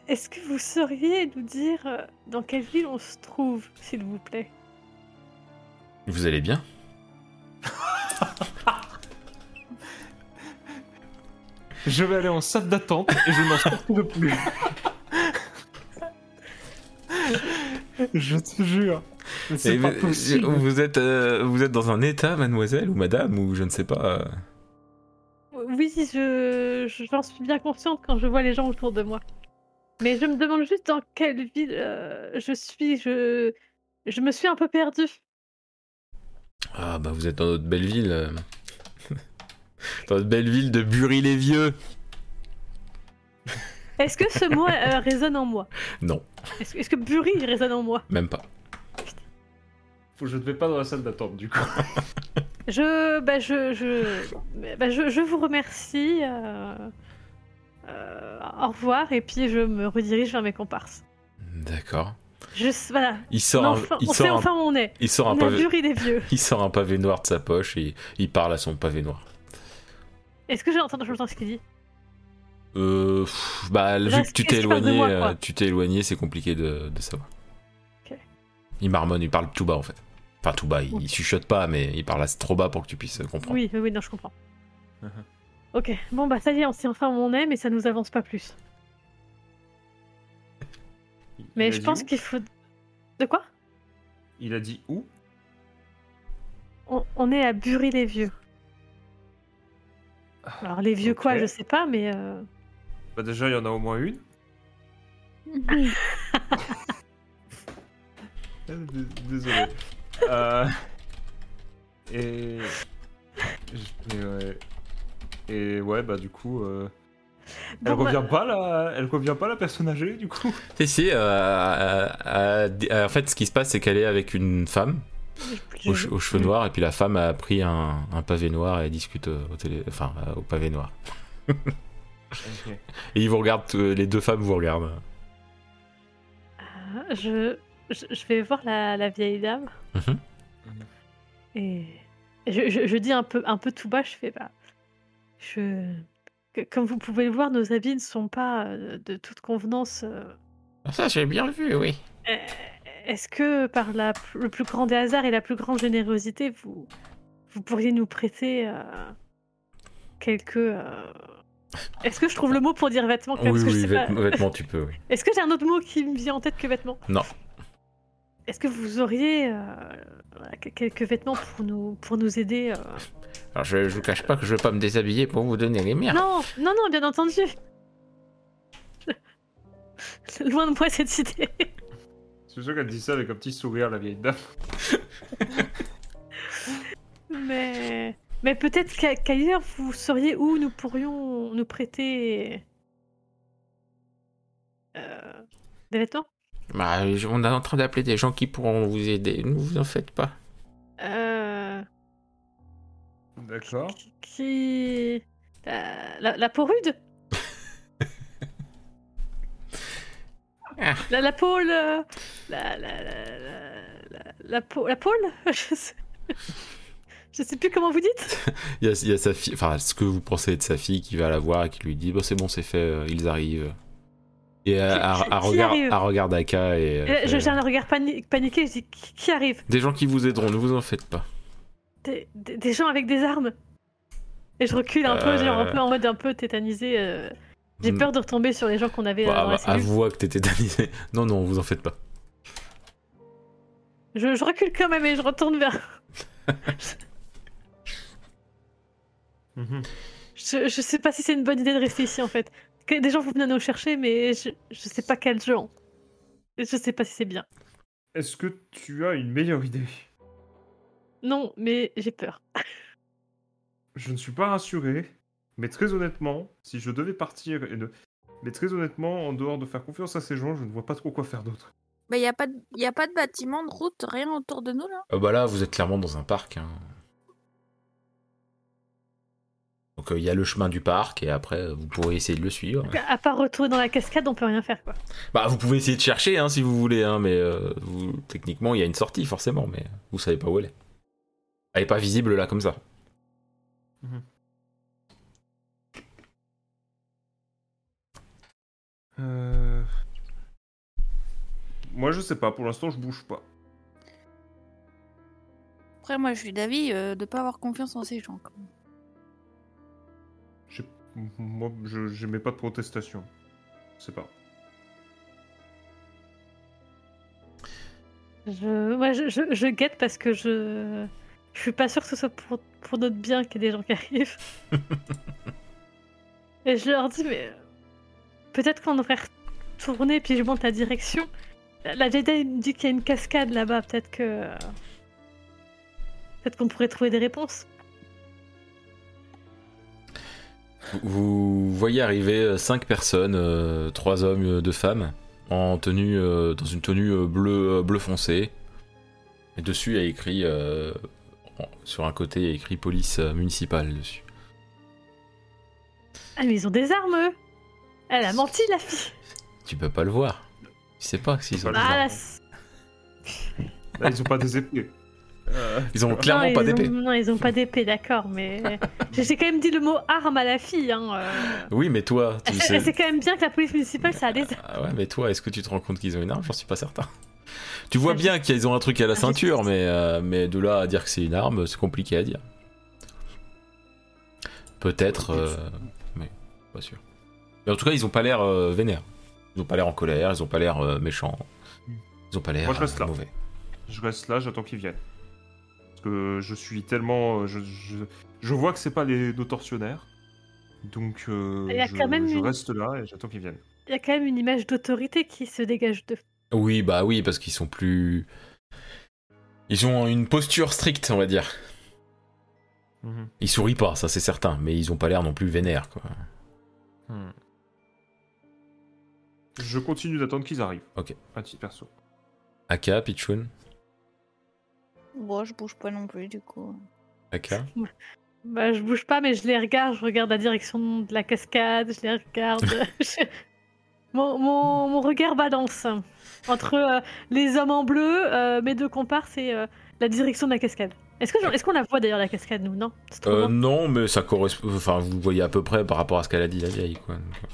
Est-ce que vous sauriez nous dire euh, dans quelle ville on se trouve, s'il vous plaît Vous allez bien Je vais aller en salle d'attente et je n'en sortirai plus. je te jure. Mais Et C'est pas vous- possible. Vous êtes, euh, vous êtes dans un état, mademoiselle, ou madame, ou je ne sais pas. euh. Oui, je, je- j'en suis bien consciente quand je vois les gens autour de moi. Mais je me demande juste dans quelle ville euh, je suis. Je... je me suis un peu perdue. Ah bah vous êtes dans notre belle ville. euh. dans notre belle ville de Bury-les-Vieux. Est-ce que ce mot euh, résonne en moi Non, Est-ce est-ce que Buri résonne en moi même pas. Faut que je ne vais pas dans la salle d'attente du coup. Je, bah, je, je, bah, je, je vous remercie. euh, euh, au revoir. Et puis je me redirige vers mes comparses. D'accord. Je, voilà. Il sort, Mais un, enfin, il, on sait sort un, enfin où on est. il sort un On est à pavé, Buri des vieux. il sort un pavé noir de sa poche et il parle à son pavé noir. Est-ce que j'entends j'entends ce qu'il dit Euh, pff, bah vu que qu'est-ce tu t'es qu'il parle de éloigné, moi, euh, quoi tu t'es éloigné, c'est compliqué de, de savoir. Ok. Il marmonne, il parle tout bas en fait. Enfin tout bas, il, Ok. il chuchote pas, mais il parle assez trop bas pour que tu puisses euh, comprendre. Oui, oui, oui, non, je comprends. Mhm. Ok, bon, bah ça y est, on sait enfin où on est, mais ça nous avance pas plus. Il- Mais il a je dit pense où qu'il faut. De quoi Il a dit où on, on est à Bury les vieux. Alors, les vieux quoi, Ah, ok. je sais pas, mais. euh, Bah déjà il y en a au moins une. Ah, d- Désolé. Euh, Et... je- mais ouais. Et ouais, bah du coup... euh, Elle bon, bah, revient pas la... Elle revient pas la personne âgée du coup Si, si, euh, euh, euh, d- euh, en fait, ce qui se passe, c'est qu'elle est avec une femme je- aux, che- aux Mmh. cheveux noirs, et puis la femme a pris un, un pavé noir et discute euh, au, télé, enfin, euh, au pavé noir. Et ils vous regardent, euh, les deux femmes vous regardent. je, je, je vais voir la, la vieille dame. Mhm. Et je, je- je dis un peu, un peu tout bas, je fais bah, je, que- comme vous pouvez le voir, nos habits ne sont pas euh, de toute convenance. euh, Ah, Ça, j'ai bien vu, oui. Est-ce que par la, le plus grand des hasards et la plus grande générosité, vous, vous pourriez nous prêter euh, quelques... euh, Est-ce que je trouve le mot pour dire vêtements quand même, oui, parce que je oui, sais vêtements, pas. vêtements, tu peux, oui. Est-ce que j'ai un autre mot qui me vient en tête que vêtements Non. Est-ce que vous auriez euh, voilà, que- quelques vêtements pour nous, pour nous aider euh, Alors, je, je vous cache pas que je vais pas me déshabiller pour vous donner les Ah. miens. Non, non, non, bien entendu. Loin de moi cette idée. C'est sûr qu'elle dit ça avec un petit sourire, la vieille dame. Mais, mais peut-être qu'a- qu'ailleurs vous sauriez où nous pourrions nous prêter euh, des vêtements. Bah, je- on est en train d'appeler des gens qui pourront vous aider. Ne vous en faites pas. Euh, D'accord. qui la, la, la peau rude. Ah. La, la pôle, euh, la, la, la, la, la, la pau- la pôle, je sais, je sais plus comment vous dites. Il y, a, il y a sa fille, enfin, ce que vous pensez de sa fille qui va la voir et qui lui dit Bon, c'est bon, c'est fait, euh, ils arrivent. Et elle Qui- qui- qui regarde, arrive regarde Aka et. elle Et là, fait, Euh, je- J'ai un regard pani- paniqué, je dis qui, qui arrive Des gens qui vous aideront, ne vous en faites pas. des, des- des gens avec des armes. Et je recule un peu, Euh. genre un peu en mode un peu tétanisé. euh, J'ai Mm. peur de retomber sur les gens qu'on avait euh, Bah, dans bah, la cellule. avoue que t'es tétanisé. Non, non, vous en faites pas. Je, je recule quand même et je retourne vers. Mm-hmm. Mhm. Je, je sais pas si c'est une bonne idée de rester ici en fait. Que- Des gens vont venir nous chercher, mais je, je sais pas quel genre. Je sais pas si c'est bien. Est-ce que tu as une meilleure idée Non, mais j'ai peur. Je ne suis pas rassuré, mais très honnêtement, si je devais partir et ne... Mais très honnêtement, en dehors de faire confiance à ces gens, je ne vois pas trop quoi faire d'autre. Mais il n'y a, pas de- Bah, y a pas de bâtiment, de route, rien autour de nous là. Ah bah là, vous êtes clairement dans un parc. hein. Donc euh, il y a le chemin du parc et après euh, vous pourrez essayer de le suivre. Donc, à- À part retourner dans la cascade, on peut rien faire quoi. Bah vous pouvez essayer de chercher hein, si vous voulez, hein, mais euh, vous- techniquement il y a une sortie forcément, mais vous savez pas où elle est. Elle est pas visible là comme ça. Euh... Moi, je sais pas. Pour l'instant, je bouge pas. Après, moi, je suis d'avis euh, de pas avoir confiance en ces gens. quand même. J'ai- m- Moi, je j'aimais pas de protestation. Je sais pas. Je, moi, je, je- je guette parce que je. Je suis pas sûre que ce soit pour, pour notre bien qu'il y ait des gens qui arrivent. et je leur dis, mais. euh, Peut-être qu'on devrait tourner, puis je monte la direction. La- La Jedi me dit qu'il y a une cascade là-bas, peut-être que. Peut-être qu'on pourrait trouver des réponses. Vous voyez arriver euh, cinq personnes, euh, trois hommes, euh, deux femmes, en tenue, euh, dans une tenue euh, bleu, euh, bleu foncé. Et dessus, il y a écrit, euh, en- sur un côté, il y a écrit police euh, municipale dessus. Ah, mais ils ont des armes, eux Elle a menti, la fille Tu peux pas le voir. Tu sais pas s'ils ont. Pas des le armes. Ah, armes. la... s- Là, ils ont pas des épées. Euh, Ils ont clairement non, pas ils d'épée. ont- Non, ils ont pas d'épée, d'accord, mais. J'ai j'ai quand même dit le mot arme à la fille, hein. euh. Oui, mais toi, tu Elle sais. sait quand même bien que la police municipale, ça a des armes. Ah ouais, mais toi, est-ce que tu te rends compte qu'ils ont une arme J'en suis pas certain. Tu vois Ah, je- bien qu'ils ont un truc à la je ceinture, sais. mais, euh, mais de là à dire que c'est une arme, c'est compliqué à dire. Peut-être, euh, mais pas sûr. Mais en tout cas, ils ont pas l'air euh, vénères. Ils ont pas l'air en colère, ils ont pas l'air euh, méchants. Ils ont pas l'air Moi, je reste euh, là. mauvais. je reste là, j'attends qu'ils viennent. Parce que je suis tellement. euh, Je, je, je vois que c'est pas les, nos tortionnaires. Donc, euh, Il y a je, quand même je une- reste là et j'attends qu'ils viennent. Il y a quand même une image d'autorité qui se dégage d'eux. Oui, bah oui, parce qu'ils sont plus. Ils ont une posture stricte, on va dire. Mhm. Ils sourient pas, ça c'est certain, mais ils ont pas l'air non plus vénères, quoi. Hmm. Je continue d'attendre qu'ils arrivent. Ok. À titre perso. Aka, Pichun, Bon, je bouge pas non plus, du coup. Aka. Bah, je bouge pas, mais je les regarde. Je regarde la direction de la cascade, je les regarde. Je- mon, mon, mon regard balance entre euh, les hommes en bleu, euh, mes deux comparses et euh, la direction de la cascade. Est-ce que j'en- est-ce qu'on la voit d'ailleurs la cascade nous Non, c'est trop Euh, loin. non, mais ça correspond. Enfin, vous voyez à peu près par rapport à ce qu'elle a dit la vieille, quoi. Donc, euh,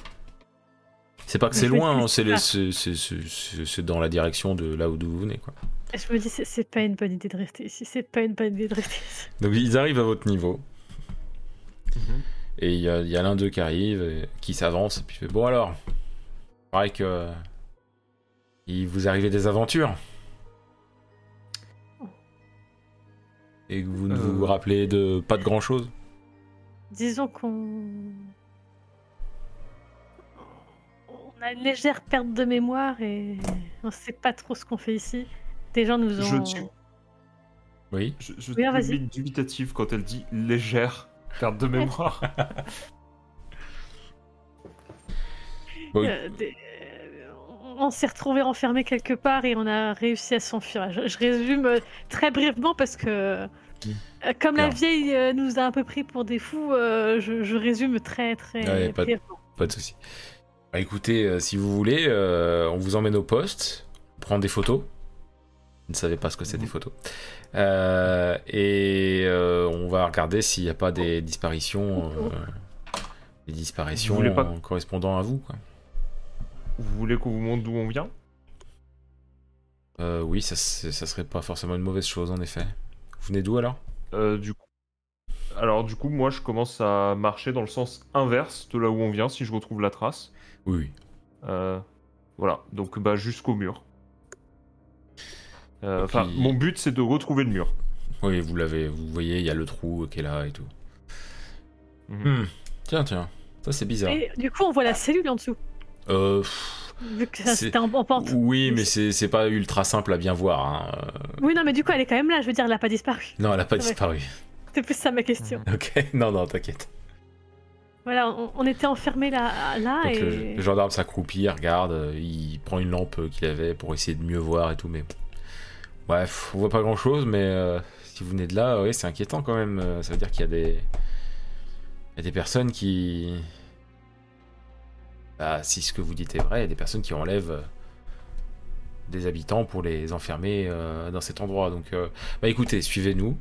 C'est pas que c'est Je vais loin, plus hein, c'est là. les- c'est- c'est- c'est- c'est- c'est dans la direction de là où d'où vous venez, quoi. Je me dis c'est- c'est pas une bonne idée de rester ici. C'est pas une bonne idée de rester ici. Donc ils arrivent à votre niveau, Mhm. Mm-hmm. et il y a, il y a l'un d'eux qui arrive, et- qui s'avance, et puis il fait, Bon alors, pareil que. euh, Il vous arrivait des aventures. Et que vous ne vous Euh. rappelez de pas de grand chose. Disons qu'on on a une légère perte de mémoire et on sait pas trop ce qu'on fait ici. Des gens nous Je ont. suis Oui. Je, je Oui, vas-y. suis dubitatif quand elle dit légère perte de mémoire. Oui. Euh, des- euh, on s'est retrouvé enfermé quelque part et on a réussi à s'enfuir. Je, je résume euh, très brièvement parce que, euh, Mm. comme la Bien. vieille euh, nous a un peu pris pour des fous, euh, je, je résume très très Ouais, pas de- brièvement. Pas de souci. Bah, écoutez, euh, si vous voulez, euh, on vous emmène au poste, on prend des photos. Vous ne savez pas ce que c'est des photos. Euh, et euh, on va regarder s'il n'y a pas des disparitions, euh, des disparitions Vous voulez pas- en correspondant à vous. Quoi. vous voulez qu'on vous montre d'où on vient Euh, oui, ça, c'est- ça serait pas forcément une mauvaise chose en effet. Vous venez d'où alors Euh, Du coup. Alors du coup, moi, je commence à marcher dans le sens inverse de là où on vient si je retrouve la trace. Oui, oui. Euh, voilà. Donc bah jusqu'au mur. Euh, Et Enfin, puis- mon but c'est de retrouver le mur. Oui, vous l'avez, vous voyez, il y a le trou qui est là et tout. Mhm. Hmm. Tiens, tiens, ça c'est bizarre. Et du coup, on voit la cellule en dessous, Euh, pff, vu que ça, C'est- c'était en, en pente. oui, mais c'est c'est pas ultra simple à bien voir. hein. Euh, Oui, non, mais du coup, elle est quand même là. Je veux dire, elle a pas disparu. Non, elle a pas Ouais. disparu. C'est plus ça ma question. Ok, non, non, t'inquiète. Voilà, on, on était enfermés là, là Donc le, Ah, et le gendarme s'accroupit, il regarde, euh, il prend une lampe euh, qu'il avait pour essayer de mieux voir et tout, mais... Bref, on voit pas grand-chose, mais euh, si vous venez de là, oui, c'est inquiétant quand même. euh, Ça veut dire qu'il y a des... Il y a des personnes qui... Bah, si ce que vous dites est vrai, il y a des personnes qui enlèvent euh, des habitants pour les enfermer euh, dans cet endroit. Donc, euh, bah écoutez, suivez-nous.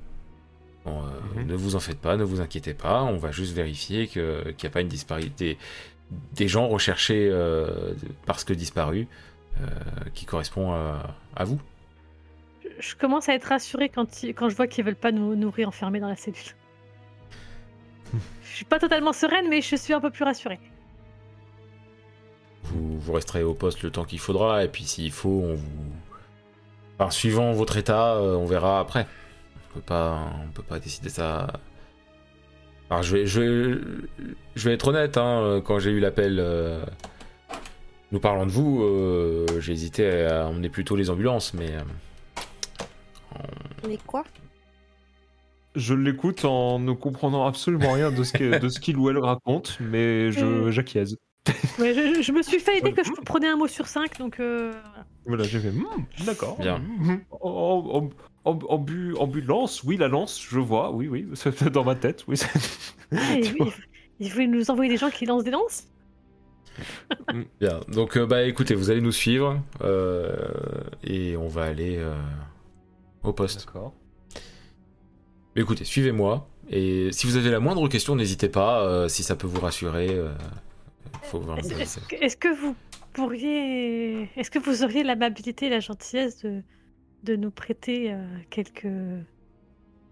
Bon, euh, Mhm. Ne vous en faites pas, ne vous inquiétez pas. On va juste vérifier que- qu'il n'y a pas une disparité des gens recherchés euh, parce que disparus euh, qui correspond à, à vous. je commence à être rassurée quand, ils- quand je vois qu'ils veulent pas nous, nous réenfermer dans la cellule. je suis pas totalement sereine, mais je suis un peu plus rassurée. vous. Vous resterez au poste le temps qu'il faudra, et puis s'il faut, on vous. Enfin, suivant votre état, euh, on verra après. On peut pas, on peut pas décider ça. Alors, je vais, je vais, je vais être honnête, hein, euh, quand j'ai eu l'appel, euh, je Nous parlant de vous, euh, j'ai hésité à emmener plutôt les ambulances, mais euh, Mais quoi Je l'écoute en ne comprenant absolument rien de ce que- de ce qu'il ou elle raconte, mais je- j'acquiesce. Ouais, je, je me suis fait aider que je comprenais un mot sur cinq, donc euh, voilà. Voilà, j'ai fait Hmm, d'accord. Bien. Hmm, am- am- ambu- ambulance, oui, la lance, je vois, oui, oui, c'est dans ma tête, oui. c'est- Ah, et oui, ils voulaient nous envoyer des gens qui lancent des lances Bien, donc euh, bah écoutez, vous allez nous suivre euh, et on va aller euh, au poste. D'accord. Écoutez, suivez-moi et si vous avez la moindre question, n'hésitez pas. euh, si ça peut vous rassurer, euh, faut vraiment. Est-ce est-ce que, est-ce que vous pourriez. Est-ce que vous auriez l'amabilité et la gentillesse de, de nous prêter euh, quelques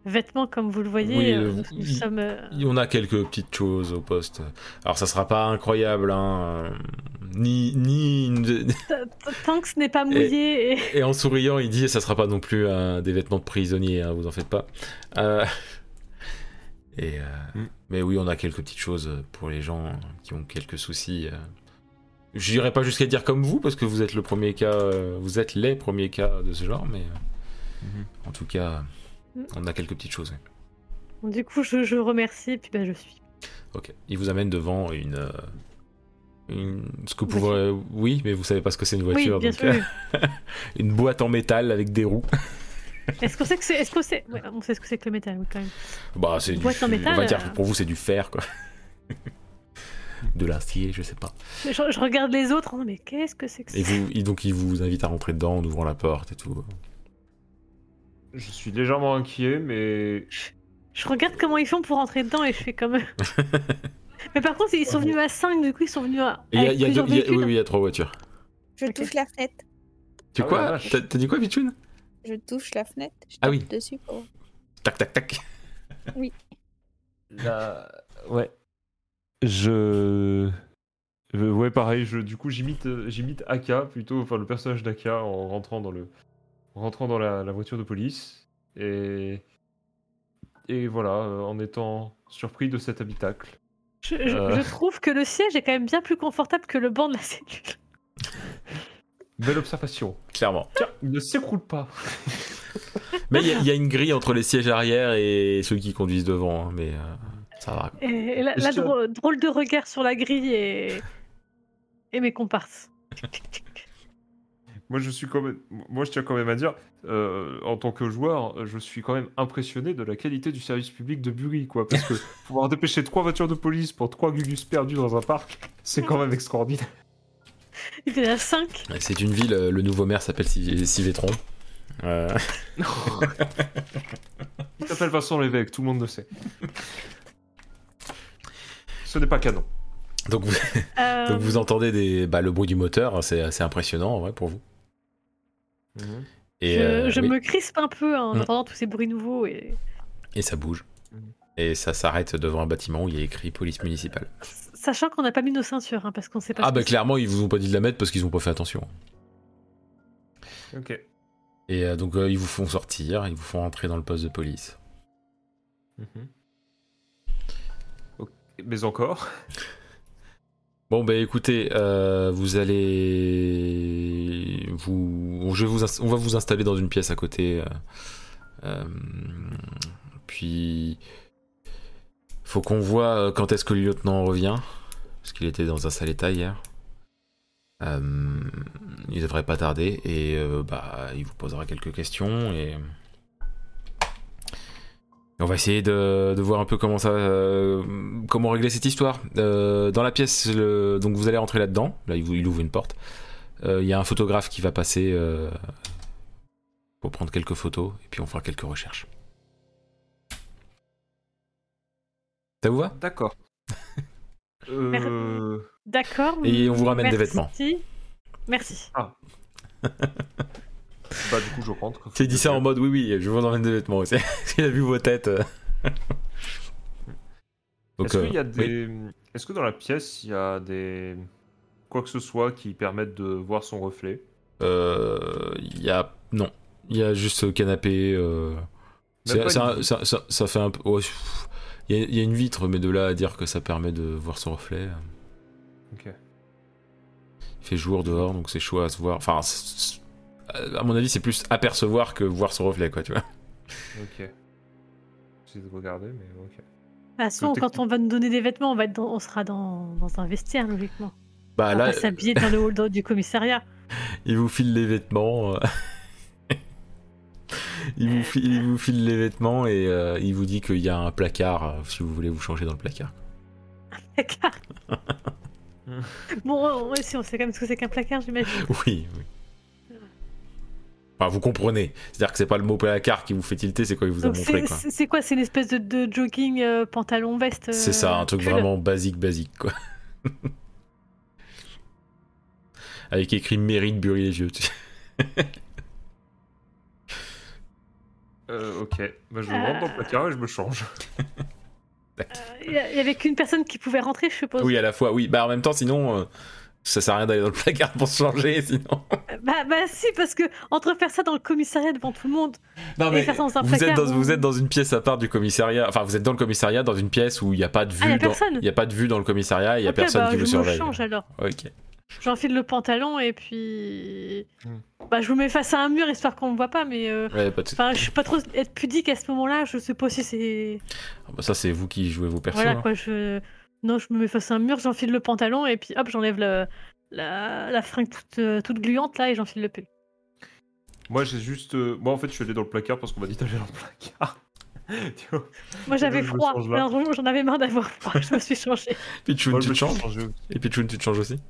vêtements comme vous le voyez Oui, euh, euh, nous, nous oui. sommes. euh, On a quelques petites choses au poste. Alors ça sera pas incroyable, hein, euh, ni ni une- t- t- Tant que ce n'est pas mouillé. Et... Et en souriant, il dit, et ça sera pas non plus un- des vêtements de prisonnier, hein, vous en faites pas. Euh, Et, euh, Mm. Mais oui, on a quelques petites choses pour les gens qui ont quelques soucis. euh. Je n'irai pas jusqu'à dire comme vous, parce que vous êtes le premier cas, euh, vous êtes les premiers cas de ce genre, mais euh, en tout cas, Mm. on a quelques petites choses. ouais. Du coup, je, je remercie, puis ben, je suis. Ok. Il vous amène devant une, euh, une- ce que vous Voiture. pourrez, oui, mais vous savez pas ce que c'est une Oui, voiture, bien donc, sûr. euh, oui. une boîte en métal avec des roues. Est-ce qu'on sait que c'est. Est-ce qu'on sait... ouais, on sait ce que c'est que le métal, oui, quand même. Bah, c'est Une du. boîte en on métal, va dire euh. que pour vous, c'est du fer, quoi. De l'acier, je sais pas. Je, je regarde les autres, oh, mais qu'est-ce que c'est que Et c'est vous, il- donc, il vous invite à rentrer dedans en ouvrant la porte et tout. Je suis légèrement inquiet, mais Je regarde comment ils font pour rentrer dedans et je fais comme eux. mais par contre, ils sont venus à 5, du coup, ils sont venus à. Et il y a, avec il y a deux- plusieurs il y a- véhicules. oui, oui, il y a trois voitures. Je Ok. touche la fenêtre. Tu Ah ouais, la quoi vache. T'as t'as dit quoi, Pichoun Je touche la fenêtre. Je Ah tape oui. dessus. pour voir. Tac, tac, tac. La... Ouais. Je... Euh, Ouais, pareil, je, du coup, j'imite, euh, j'imite Aka, plutôt, enfin, le personnage d'Aka en rentrant dans, le, en rentrant dans la, la voiture de police. Et... Et voilà, euh, en étant surpris de cet habitacle. Je, je- Euh. je trouve que le siège est quand même bien plus confortable que le banc de la cellule. Belle observation. Clairement. Tiens, il ne s'écroule pas. Mais il y a- il y, a une grille entre les sièges arrière et ceux qui conduisent devant, hein, mais euh, ça va. Et, et là, Est-ce là, que- drôle, drôle de regard sur la grille et. Et mes comparses. Moi, je suis quand même- moi, je tiens quand même à dire, euh, en tant que joueur, euh, je suis quand même impressionné de la qualité du service public de Bury, quoi. Parce que pouvoir dépêcher trois voitures de police pour trois gugus perdus dans un parc, c'est quand même extraordinaire. Il y en a 5. C'est une ville, euh, le nouveau maire s'appelle Siv- Sivétron. Euh, Il s'appelle Vincent Lévesque, tout le monde le sait. Ce n'est pas canon. donc, vous, Euh, donc vous entendez des, bah, le bruit du moteur, hein, c'est assez impressionnant en vrai pour vous. Et, Mhm. je euh, je oui. me crispe un peu en Mm. entendant tous ces bruits nouveaux et. Et ça bouge. Mhm. Et ça s'arrête devant un bâtiment où il y a écrit police municipale. Sachant qu'on n'a pas mis nos ceintures, hein, parce qu'on sait pas. Ah ce bah que clairement ils vous ont pas dit de la mettre parce qu'ils ont pas fait attention. Ok. Et euh, donc euh, ils vous font sortir, ils vous font entrer dans le poste de police. Mhm. Ok, Mais encore. Bon bah écoutez, euh, vous allez, vous, je vais vous, ins- on va vous installer dans une pièce à côté. euh, euh, puis faut qu'on voit euh, quand est-ce que le lieutenant revient, parce qu'il était dans un sale état hier. Euh, il devrait pas tarder et euh, bah il vous posera quelques questions et on va essayer de, de voir un peu comment ça, euh, comment régler cette histoire. Euh, dans la pièce, le- donc vous allez rentrer là-dedans. Là, il, vous- il ouvre une porte. Euh, Il y a un photographe qui va passer euh, pour prendre quelques photos et puis on fera quelques recherches. Ça vous va D'accord. Euh... Merde. c'est. D'accord. Et on vous ramène des merci. vêtements. Merci. Bah, du coup, je rentre. C'est dit ça en mode oui, oui, je vous emmène des vêtements aussi. Il a vu vos têtes. euh. Donc, Est-ce qu'il y euh, a oui. des. Est-ce que dans la pièce, il y a des. Quoi que ce soit qui permette de voir son reflet Euh, Il y a. Non. Il y a juste le canapé. euh, Même c'est- pas c'est une un- vitre. ça, ça- ça fait un peu. ouais, pff, Il y, a- il y a une vitre, mais de là à dire que ça permet de voir son reflet. euh. Ok. Il fait jour dehors, donc c'est chaud à se voir. Enfin, c'est- c'est- à mon avis, c'est plus apercevoir que voir son reflet, quoi, tu vois. Ok. J'essaie de regarder, mais ok. toute façon, Peut-être- quand on va nous donner des vêtements, on, va être dans- on sera dans, dans un vestiaire, logiquement. Bah On va là, pas s'habiller dans le hall do- du commissariat. il vous file les vêtements. euh, il, vous file, il vous file les vêtements et euh, il vous dit qu'il y a un placard, euh, si vous voulez vous changer dans le placard. Placard. bon, on, si on sait quand même ce que c'est qu'un placard, j'imagine. Oui, oui. Enfin, vous comprenez. C'est-à-dire que c'est pas le mot placard qui vous fait tilter, c'est quoi il vous a Donc montré, c'est- quoi. c'est c'est quoi C'est une espèce de, de jogging euh, pantalon veste. euh, C'est ça, un truc pull. vraiment basique, basique, quoi. Avec écrit mérite Burry les yeux. tu sais. Euh, ok. Bah, je Euh. rentre Ah. dans le placard et je me change. Il y a- il y avait qu'une personne qui pouvait rentrer, je suppose. Oui, à la fois, oui. Bah, en même temps, sinon, euh, ça sert à rien d'aller dans le placard pour se changer, sinon. Bah, bah si, parce que entre faire ça dans le commissariat devant tout le monde, Non, et faire ça dans un Vous êtes, placard dans, où- vous êtes dans une pièce à part du commissariat, enfin vous êtes dans le commissariat, dans une pièce où il n'y a pas de Ah, il y vue, a dans- personne. il y a pas de vue dans le commissariat, et il n'y a Ok, personne bah, qui vous je me surveille. change alors. Ok. J'enfile le pantalon et puis. Hmm. Bah, je vous mets face à un mur histoire qu'on me voit pas, mais. euh, Ouais, pas de souci. Enfin, je suis pas trop être pudique à ce moment-là, je sais pas si c'est. Ah, bah, ça c'est vous qui jouez vos persos. Voilà hein. quoi, je. Non, je me mets face à un mur, j'enfile le pantalon et puis hop, j'enlève le- La, la fringue toute, euh, toute gluante là et j'enfile le pull. Moi, j'ai juste. euh, Moi, en fait, je suis allé dans le placard parce qu'on m'a dit d'aller dans le placard. tu vois Moi j'avais je me froid, change là. malheureusement j'en avais marre d'avoir froid, je me suis changée. Pichoun, Moi, je tu me te suis changes changé aussi. Et Pichoun, tu te changes aussi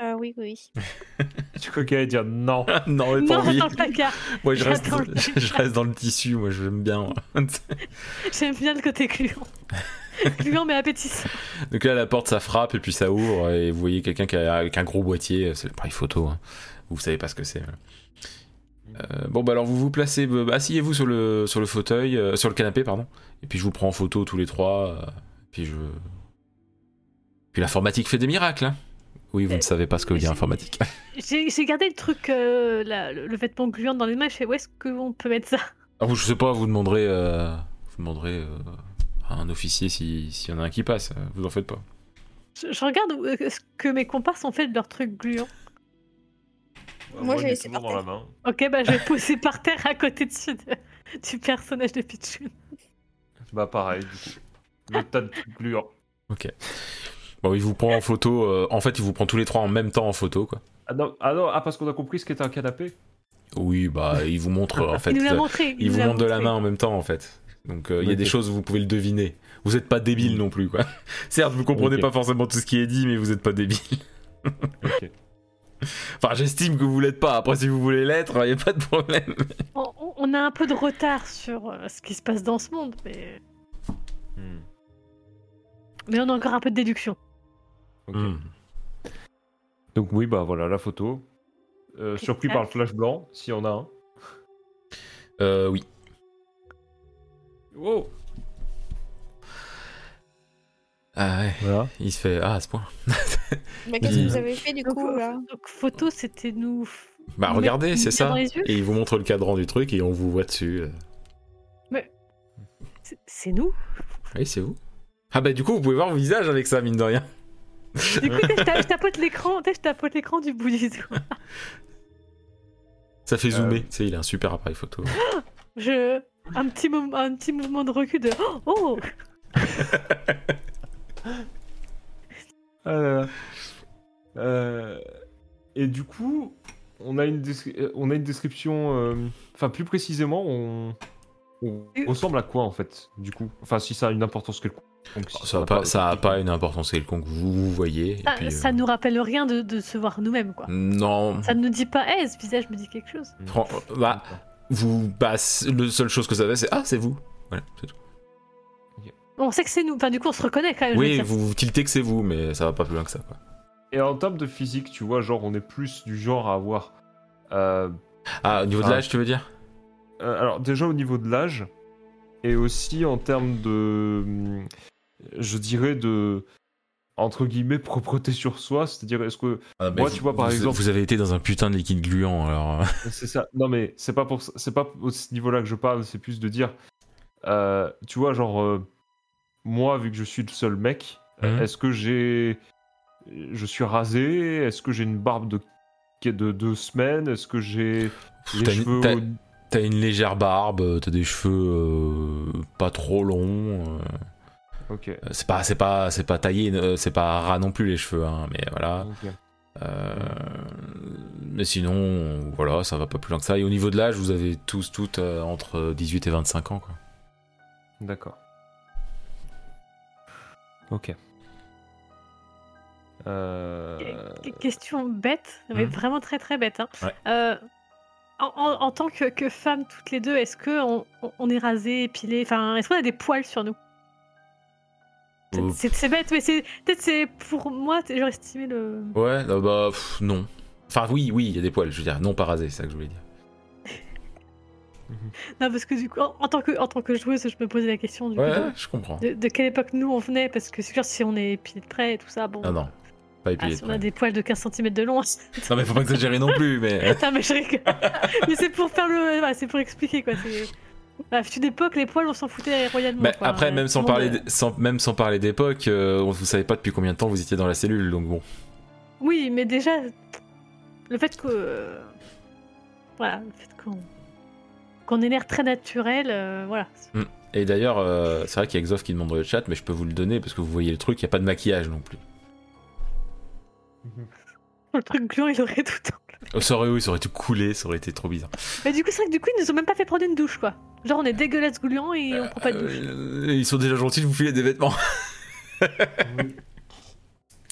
Euh, oui, oui. Tu crois qu'elle allait dire non. Non, mais pas Non, envie. dans le placard, Moi je reste, J'attends le je reste dans le tissu, moi j'aime bien. hein. moi. j'aime bien le côté gluant. gluant mais appétissant. Donc là, la porte ça frappe et puis ça ouvre et vous voyez quelqu'un qui a- avec un gros boîtier, c'est l'appareil photo. hein. Vous savez pas ce que c'est. voilà. Euh, bon bah alors vous vous placez, bah, bah, asseyez-vous sur le sur le fauteuil, euh, sur le canapé pardon. Et puis je vous prends en photo tous les trois. euh, puis je. Puis l'informatique fait des miracles. hein. Oui, vous ne savez pas ce que veut dire j'ai- informatique. J'ai j'ai gardé le truc, euh, la- le, le vêtement gluant dans les mains, je fais où est-ce qu'on peut mettre ça Ah, vous- je sais pas, vous demanderez, euh, vous demanderez euh, à un officier si- s'il y en a un qui passe. euh, Vous en faites pas. je, je regarde où- euh, ce que mes comparses ont fait de leur truc gluant. Bah, Moi, je il l'ai est laissé toujours par dans la main. Ok, bah je vais poser par terre à côté de celui de- du personnage de Pichoun. Bah, pareil, du coup. Le tas de trucs gluants. Bon, il vous prend en photo. euh, en fait, il vous prend tous les trois en même temps en photo, quoi. Ah non, ah non, ah, parce qu'on a compris ce qu'était un canapé. Oui, bah, il vous montre euh, en fait. Il nous l'a euh, montré. il nous vous l'a montre de la montré. main en même temps, en fait. Donc, euh, il y a Ok. des choses, vous pouvez le deviner. Vous n'êtes pas débile non plus, quoi. Certes, vous comprenez Mm. Ok. pas forcément tout ce qui est dit, mais vous n'êtes pas débile. Ok. Enfin, j'estime que vous l'êtes pas. Après, si vous voulez l'être, il n'y a pas de problème. On, on- on a un peu de retard sur euh, ce qui se passe dans ce monde, mais, Hmm, mais on a encore un peu de déduction. ok. Hmm. Donc, oui, bah voilà, la photo. Euh, Qu'est-ce surpris que par le flash blanc, si on a un. Euh, oui. Oh Ah ouais, Voilà. il se fait. Ah, à ce point. Bah, qu'est-ce Il- que vous avez fait du Donc, coup euh, là donc, photo, c'était nous. f- Bah, nous regardez, mettre c'est une pierre ça. dans les yeux. Et il vous montre le cadran du truc et on vous voit dessus. euh. C'est- C'est nous. Oui, c'est vous. Ah, bah, du coup, vous pouvez voir vos visages avec ça, mine de rien. Du coup, t'es- je ta- je tapote l'écran, t'es- je tapote l'écran du bout du doigt. Ça fait Euh. zoomer. Tu sais, il a un super appareil photo. Je un petit moment, un petit mouvement de recul de oh. Ah là là. Euh, et du coup, on a une, descri- euh, on a une description. euh, Enfin, plus précisément, on... on ressemble à quoi en fait Du coup, enfin, si ça a une importance quelconque. si Ça n'a n'a pas, ça a pas une importance quelconque, vous, vous voyez. et Ça, puis, euh, Mm. ça nous rappelle rien de, de se voir nous-mêmes quoi. Non. Ça ne nous dit pas, eh, ce visage me dit quelque chose. Fran- Bah, vous. Bah, c'est- le seule chose que ça fait, c'est Ah, c'est vous. Voilà, c'est tout. On sait que c'est nous. Enfin, du coup, on se reconnaît quand même. je veux Oui, dire. vous, vous tiltez que c'est vous, mais ça va pas plus loin que ça, quoi. Et en termes de physique, tu vois, genre, on est plus du genre à avoir. euh, Ah, au niveau de Ah. l'âge, tu veux dire euh, alors, déjà au niveau de l'âge, et aussi en termes de. hum, Je dirais de. Entre guillemets, propreté sur soi, c'est-à-dire, est-ce que. Ah, Moi, tu vois, par vous- exemple- Vous avez été dans un putain de liquide gluant, alors. euh, C'est ça. Non, mais c'est pas pour ça- c'est pas au ce niveau-là que je parle. C'est plus de dire, euh, tu vois, genre euh, moi, vu que je suis le seul mec, euh, Mhm. est-ce que j'ai je suis rasé Est-ce que j'ai une barbe de qui est de deux semaines Est-ce que j'ai Pff, les T'as cheveux une, t'as- au- t'as une légère barbe, euh, t'as des cheveux euh, pas trop longs. Ok. euh, c'est pas, c'est pas, c'est pas taillé, euh, c'est pas ras non plus les cheveux, hein, mais voilà. ok. Euh, mais sinon, voilà, ça va pas plus loin que ça. Et au niveau de l'âge, vous avez tous, toutes euh, entre 18 et 25 ans. Quoi. D'accord. Ok. Euh, Qu- Question bête, mais Mhm. vraiment très très bête. hein. Ouais. Euh, en, en- en tant que, que femme, toutes les deux, est-ce que on, on- on est rasé, épilé Enfin, est-ce qu'on a des poils sur nous C'est- Euh, C'est c'est bête, mais c'est peut-être c'est pour moi, c'est- j'aurais estimé le. Ouais, euh, bah pff, non. Enfin oui, oui, il y a des poils, je veux dire, non pas rasés, c'est ça que je voulais dire. Non, parce que du coup, en, en tant, que, en tant que joueuse, je me posais la question du coup, Ouais, de- je comprends. de, de quelle époque nous on venait, parce que c'est sûr, si on est épilé de près et tout ça, bon. Non, non, pas ah, épilé. si on a des poils de 15 cm de long, Non mais faut pas exagérer non plus, mais... Putain, mais je rigole. mais c'est pour faire le. voilà, c'est pour expliquer quoi. C'est. Bah, fut d'époque, les poils, on s'en foutait royalement. Bah, quoi. après, même sans, Tout le parler monde, euh, d- sans, même sans parler d'époque, euh, on- vous savez pas depuis combien de temps vous étiez dans la cellule, donc bon. euh, Oui, mais déjà, le fait que. euh, Voilà, le fait qu'on. Qu'on ait l'air très naturel, euh, voilà. Et d'ailleurs, euh, c'est vrai qu'il y a Exof qui demande dans le chat, mais je peux vous le donner parce que vous voyez le truc, il n'y a pas de maquillage non plus. Le truc gluant, il aurait tout le temps. Oh, ça aurait, oui, ça aurait tout coulé, ça aurait été trop bizarre. Mais du coup, c'est vrai que du coup, ils nous ont même pas fait prendre une douche, quoi. Genre, on est dégueulasse gluant et on prend pas de douche. Euh, ils sont déjà gentils de vous filer des vêtements. oui.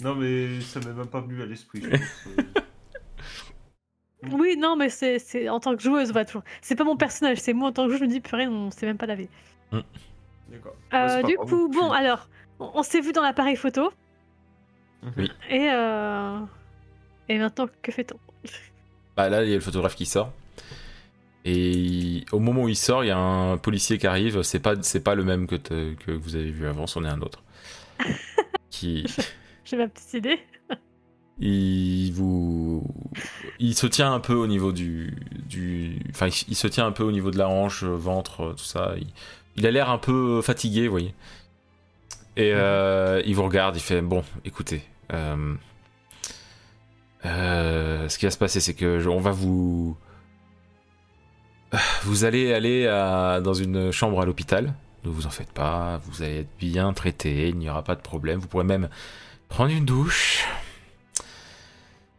Non, mais ça m'est même pas venu à l'esprit. je pense, euh. Oui, non, mais c'est c'est- en tant que joueuse, va toujours. C'est pas mon personnage, c'est moi en tant que joueuse, je me dis, purée, on sait même pas laver. D'accord. Bah, Euh, c'est pas du grave, coup, on bon, pue. alors, on, on s'est vu dans l'appareil photo. Oui. Et euh, et maintenant, que fait-on Bah là, il y a le photographe qui sort. Et il- au moment où il sort, il y a un policier qui arrive. C'est pas, c'est pas le même que, te- que vous avez vu avant, c'en est un autre. qui, J'ai ma petite idée. il vous, il se tient un peu au niveau du, du, enfin, il, il se tient un peu au niveau de la hanche, euh, ventre, euh, tout ça. Il, il a l'air un peu fatigué, vous voyez. Et euh, il vous regarde, il fait bon, écoutez. euh, euh, ce qui va se passer, c'est que je- on va vous, vous allez aller à- dans une chambre à l'hôpital. Ne vous en faites pas, vous allez être bien traité, il n'y aura pas de problème. Vous pourrez même prendre une douche.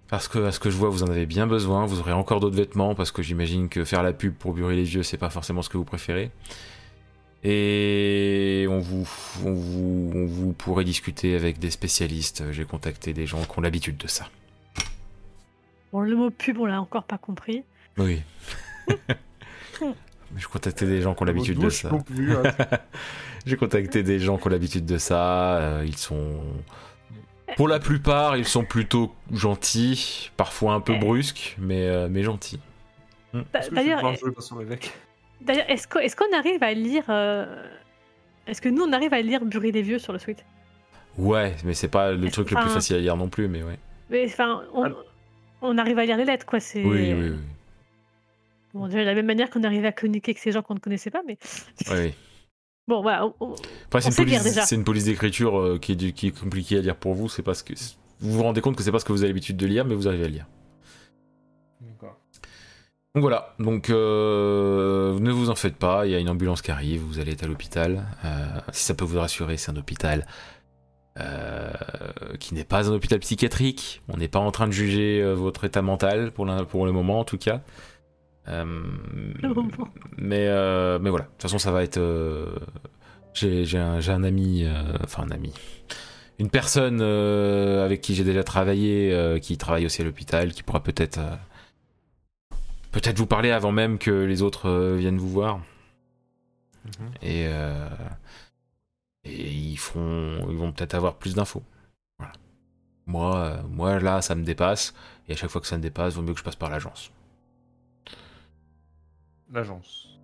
Parce que, à ce que je vois, vous en avez bien besoin. Vous aurez encore d'autres vêtements, parce que j'imagine que faire la pub pour burer les vieux, c'est pas forcément ce que vous préférez. Et on vous, on vous, on vous pourrez discuter avec des spécialistes. J'ai contacté des gens qui ont l'habitude de ça. Bon, le mot pub, on l'a encore pas compris. Oui. J'ai contacté des gens qui ont Votre l'habitude de douche ça. non plus, hein. J'ai contacté des gens qui ont l'habitude de ça. euh, ils sont. Pour la plupart, ils sont plutôt gentils, parfois un peu brusques, mais, euh, mais gentils. D'a- Est-ce que je vais D'ailleurs, eh, euh, pouvoir jouer façon l'évêque d'ailleurs, est-ce qu'on est-ce qu'on arrive à lire euh, Est-ce que nous, on arrive à lire Bury les vieux sur le suite Ouais, mais c'est pas le Est-ce truc que- le plus enfin, facile à lire non plus, mais ouais. Mais enfin, on, Ah. on arrive à lire les lettres, quoi. C'est Oui, oui, oui. Bon, déjà, de la même manière qu'on arrivait à communiquer avec ces gens qu'on ne connaissait pas, mais oui, oui. bon, voilà. on- on- Après, c'est On une, sait lire police- déjà. c'est une police d'écriture euh, qui, est du- qui est compliquée à lire pour vous. C'est parce que vous vous rendez compte que c'est pas ce que vous avez l'habitude de lire, mais vous arrivez à lire. D'accord. Donc voilà, donc euh, ne vous en faites pas, il y a une ambulance qui arrive, vous allez être à l'hôpital. Euh, si ça peut vous rassurer, c'est un hôpital euh, qui n'est pas un hôpital psychiatrique. On n'est pas en train de juger euh, votre état mental pour, l'in- pour le moment en tout cas. Euh, Le moment. mais, euh, mais voilà, de toute façon ça va être... euh, j'ai j'ai un, j'ai un ami, euh, enfin un ami, une personne euh, avec qui j'ai déjà travaillé, euh, qui travaille aussi à l'hôpital, qui pourra peut-être... euh, peut-être vous parler avant même que les autres euh, viennent vous voir. Mhm. Et, euh, et ils feront, ils vont peut-être avoir plus d'infos. Voilà. Moi, euh, moi là, ça me dépasse. Et à chaque fois que ça me dépasse, vaut mieux que je passe par l'agence. L'agence.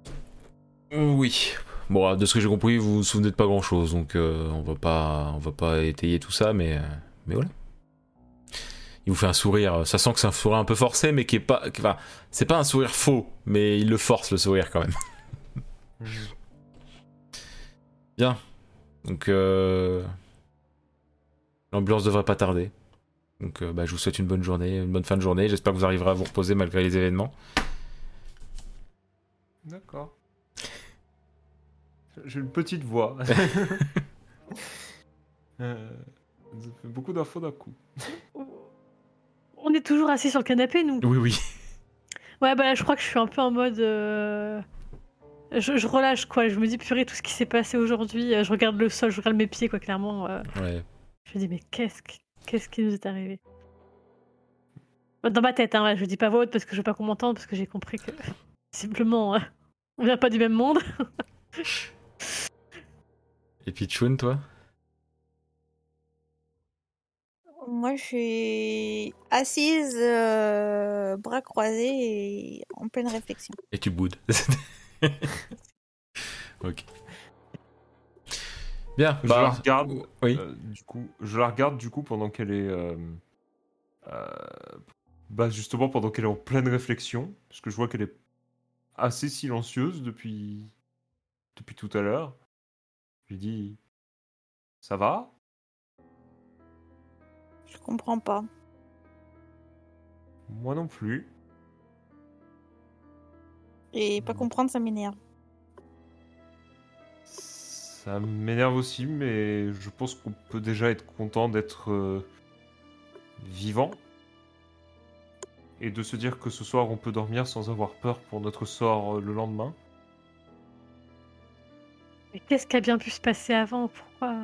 Oui. Bon, euh, de ce que j'ai compris, vous vous souvenez de pas grand-chose, donc euh, on va pas, on va pas étayer tout ça, mais, euh, mais voilà. Il vous fait un sourire. euh, Ça sent que c'est un sourire un peu forcé, mais qui est pas, qui- enfin, c'est pas un sourire faux, mais il le force le sourire quand même. Donc euh, l'ambulance devrait pas tarder. Donc euh, bah, je vous souhaite une bonne journée, une bonne fin de journée. J'espère que vous arriverez à vous reposer malgré les événements. D'accord. J'ai une petite voix. Euh, ça fait beaucoup d'infos d'un coup. On est toujours assis sur le canapé, nous. Oui, oui. Ouais, bah là, je crois que je suis un peu en mode. euh, Je, je relâche, quoi. Je me dis, purée, tout ce qui s'est passé aujourd'hui. euh, Je regarde le sol, je regarde mes pieds, quoi, clairement. euh, Ouais. Je me dis, mais qu'est-ce qui, qu'est-ce qui nous est arrivé Dans ma tête, hein, ouais, je dis pas vote parce que je veux pas qu'on m'entende, parce que j'ai compris que simplement, euh, on vient pas du même monde. Et puis Chun, toi Moi, je suis assise, euh, bras croisés et en pleine réflexion. Et tu boudes. ok. Bien, Je bah, la regarde. Oui. Euh, du coup, je la regarde du coup pendant qu'elle est, euh, euh, bah justement pendant qu'elle est en pleine réflexion, parce que je vois qu'elle est assez silencieuse depuis depuis tout à l'heure. Je lui dis, ça va Je comprends pas. Moi non plus. Et Mm. pas comprendre, ça m'énerve. Ça m'énerve aussi, mais je pense qu'on peut déjà être content d'être euh, vivant et de se dire que ce soir on peut dormir sans avoir peur pour notre sort euh, le lendemain. Mais qu'est-ce qui a bien pu se passer avant Pourquoi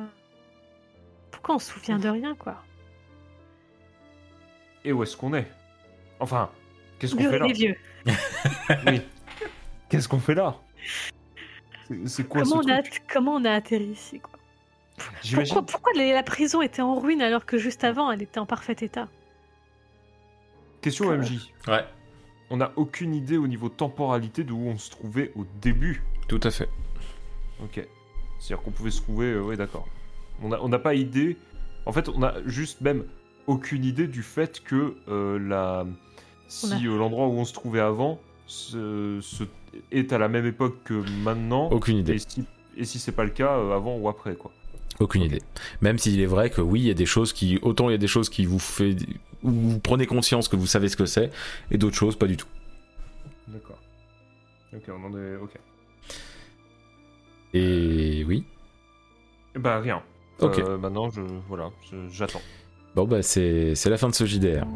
Pourquoi on se souvient de rien, quoi Et où est-ce qu'on est Enfin, qu'est-ce qu'on Vieux, fait là les vieux. Oui. Qu'est-ce qu'on fait là C'est- C'est quoi Comment ce on, a, truc comment on a atterri ici, quoi J'imagine- Pourquoi, pourquoi la la prison était en ruine alors que juste avant, elle était en parfait état Question MJ. Ouais, On n'a aucune idée au niveau temporalité de où on se trouvait au début. tout à fait. Ok. C'est-à-dire qu'on pouvait se trouver, euh, ouais, d'accord. On n'a on n'a pas idée. En fait, on a juste même aucune idée du fait que euh, la... si On a- euh, l'endroit où on se trouvait avant se- se- est à la même époque que maintenant. Aucune idée. Et si, et si c'est pas le cas, euh, avant ou après, quoi. Aucune idée. Même s'il est vrai que oui, il y a des choses qui. Autant il y a des choses qui vous fait. où vous prenez conscience que vous savez ce que c'est, et d'autres choses pas du tout. D'accord. Ok, on en est. Ok. Et oui. Bah rien. Ok. Euh, maintenant, je voilà, je- j'attends. Bon bah c'est c'est la fin de ce JDR.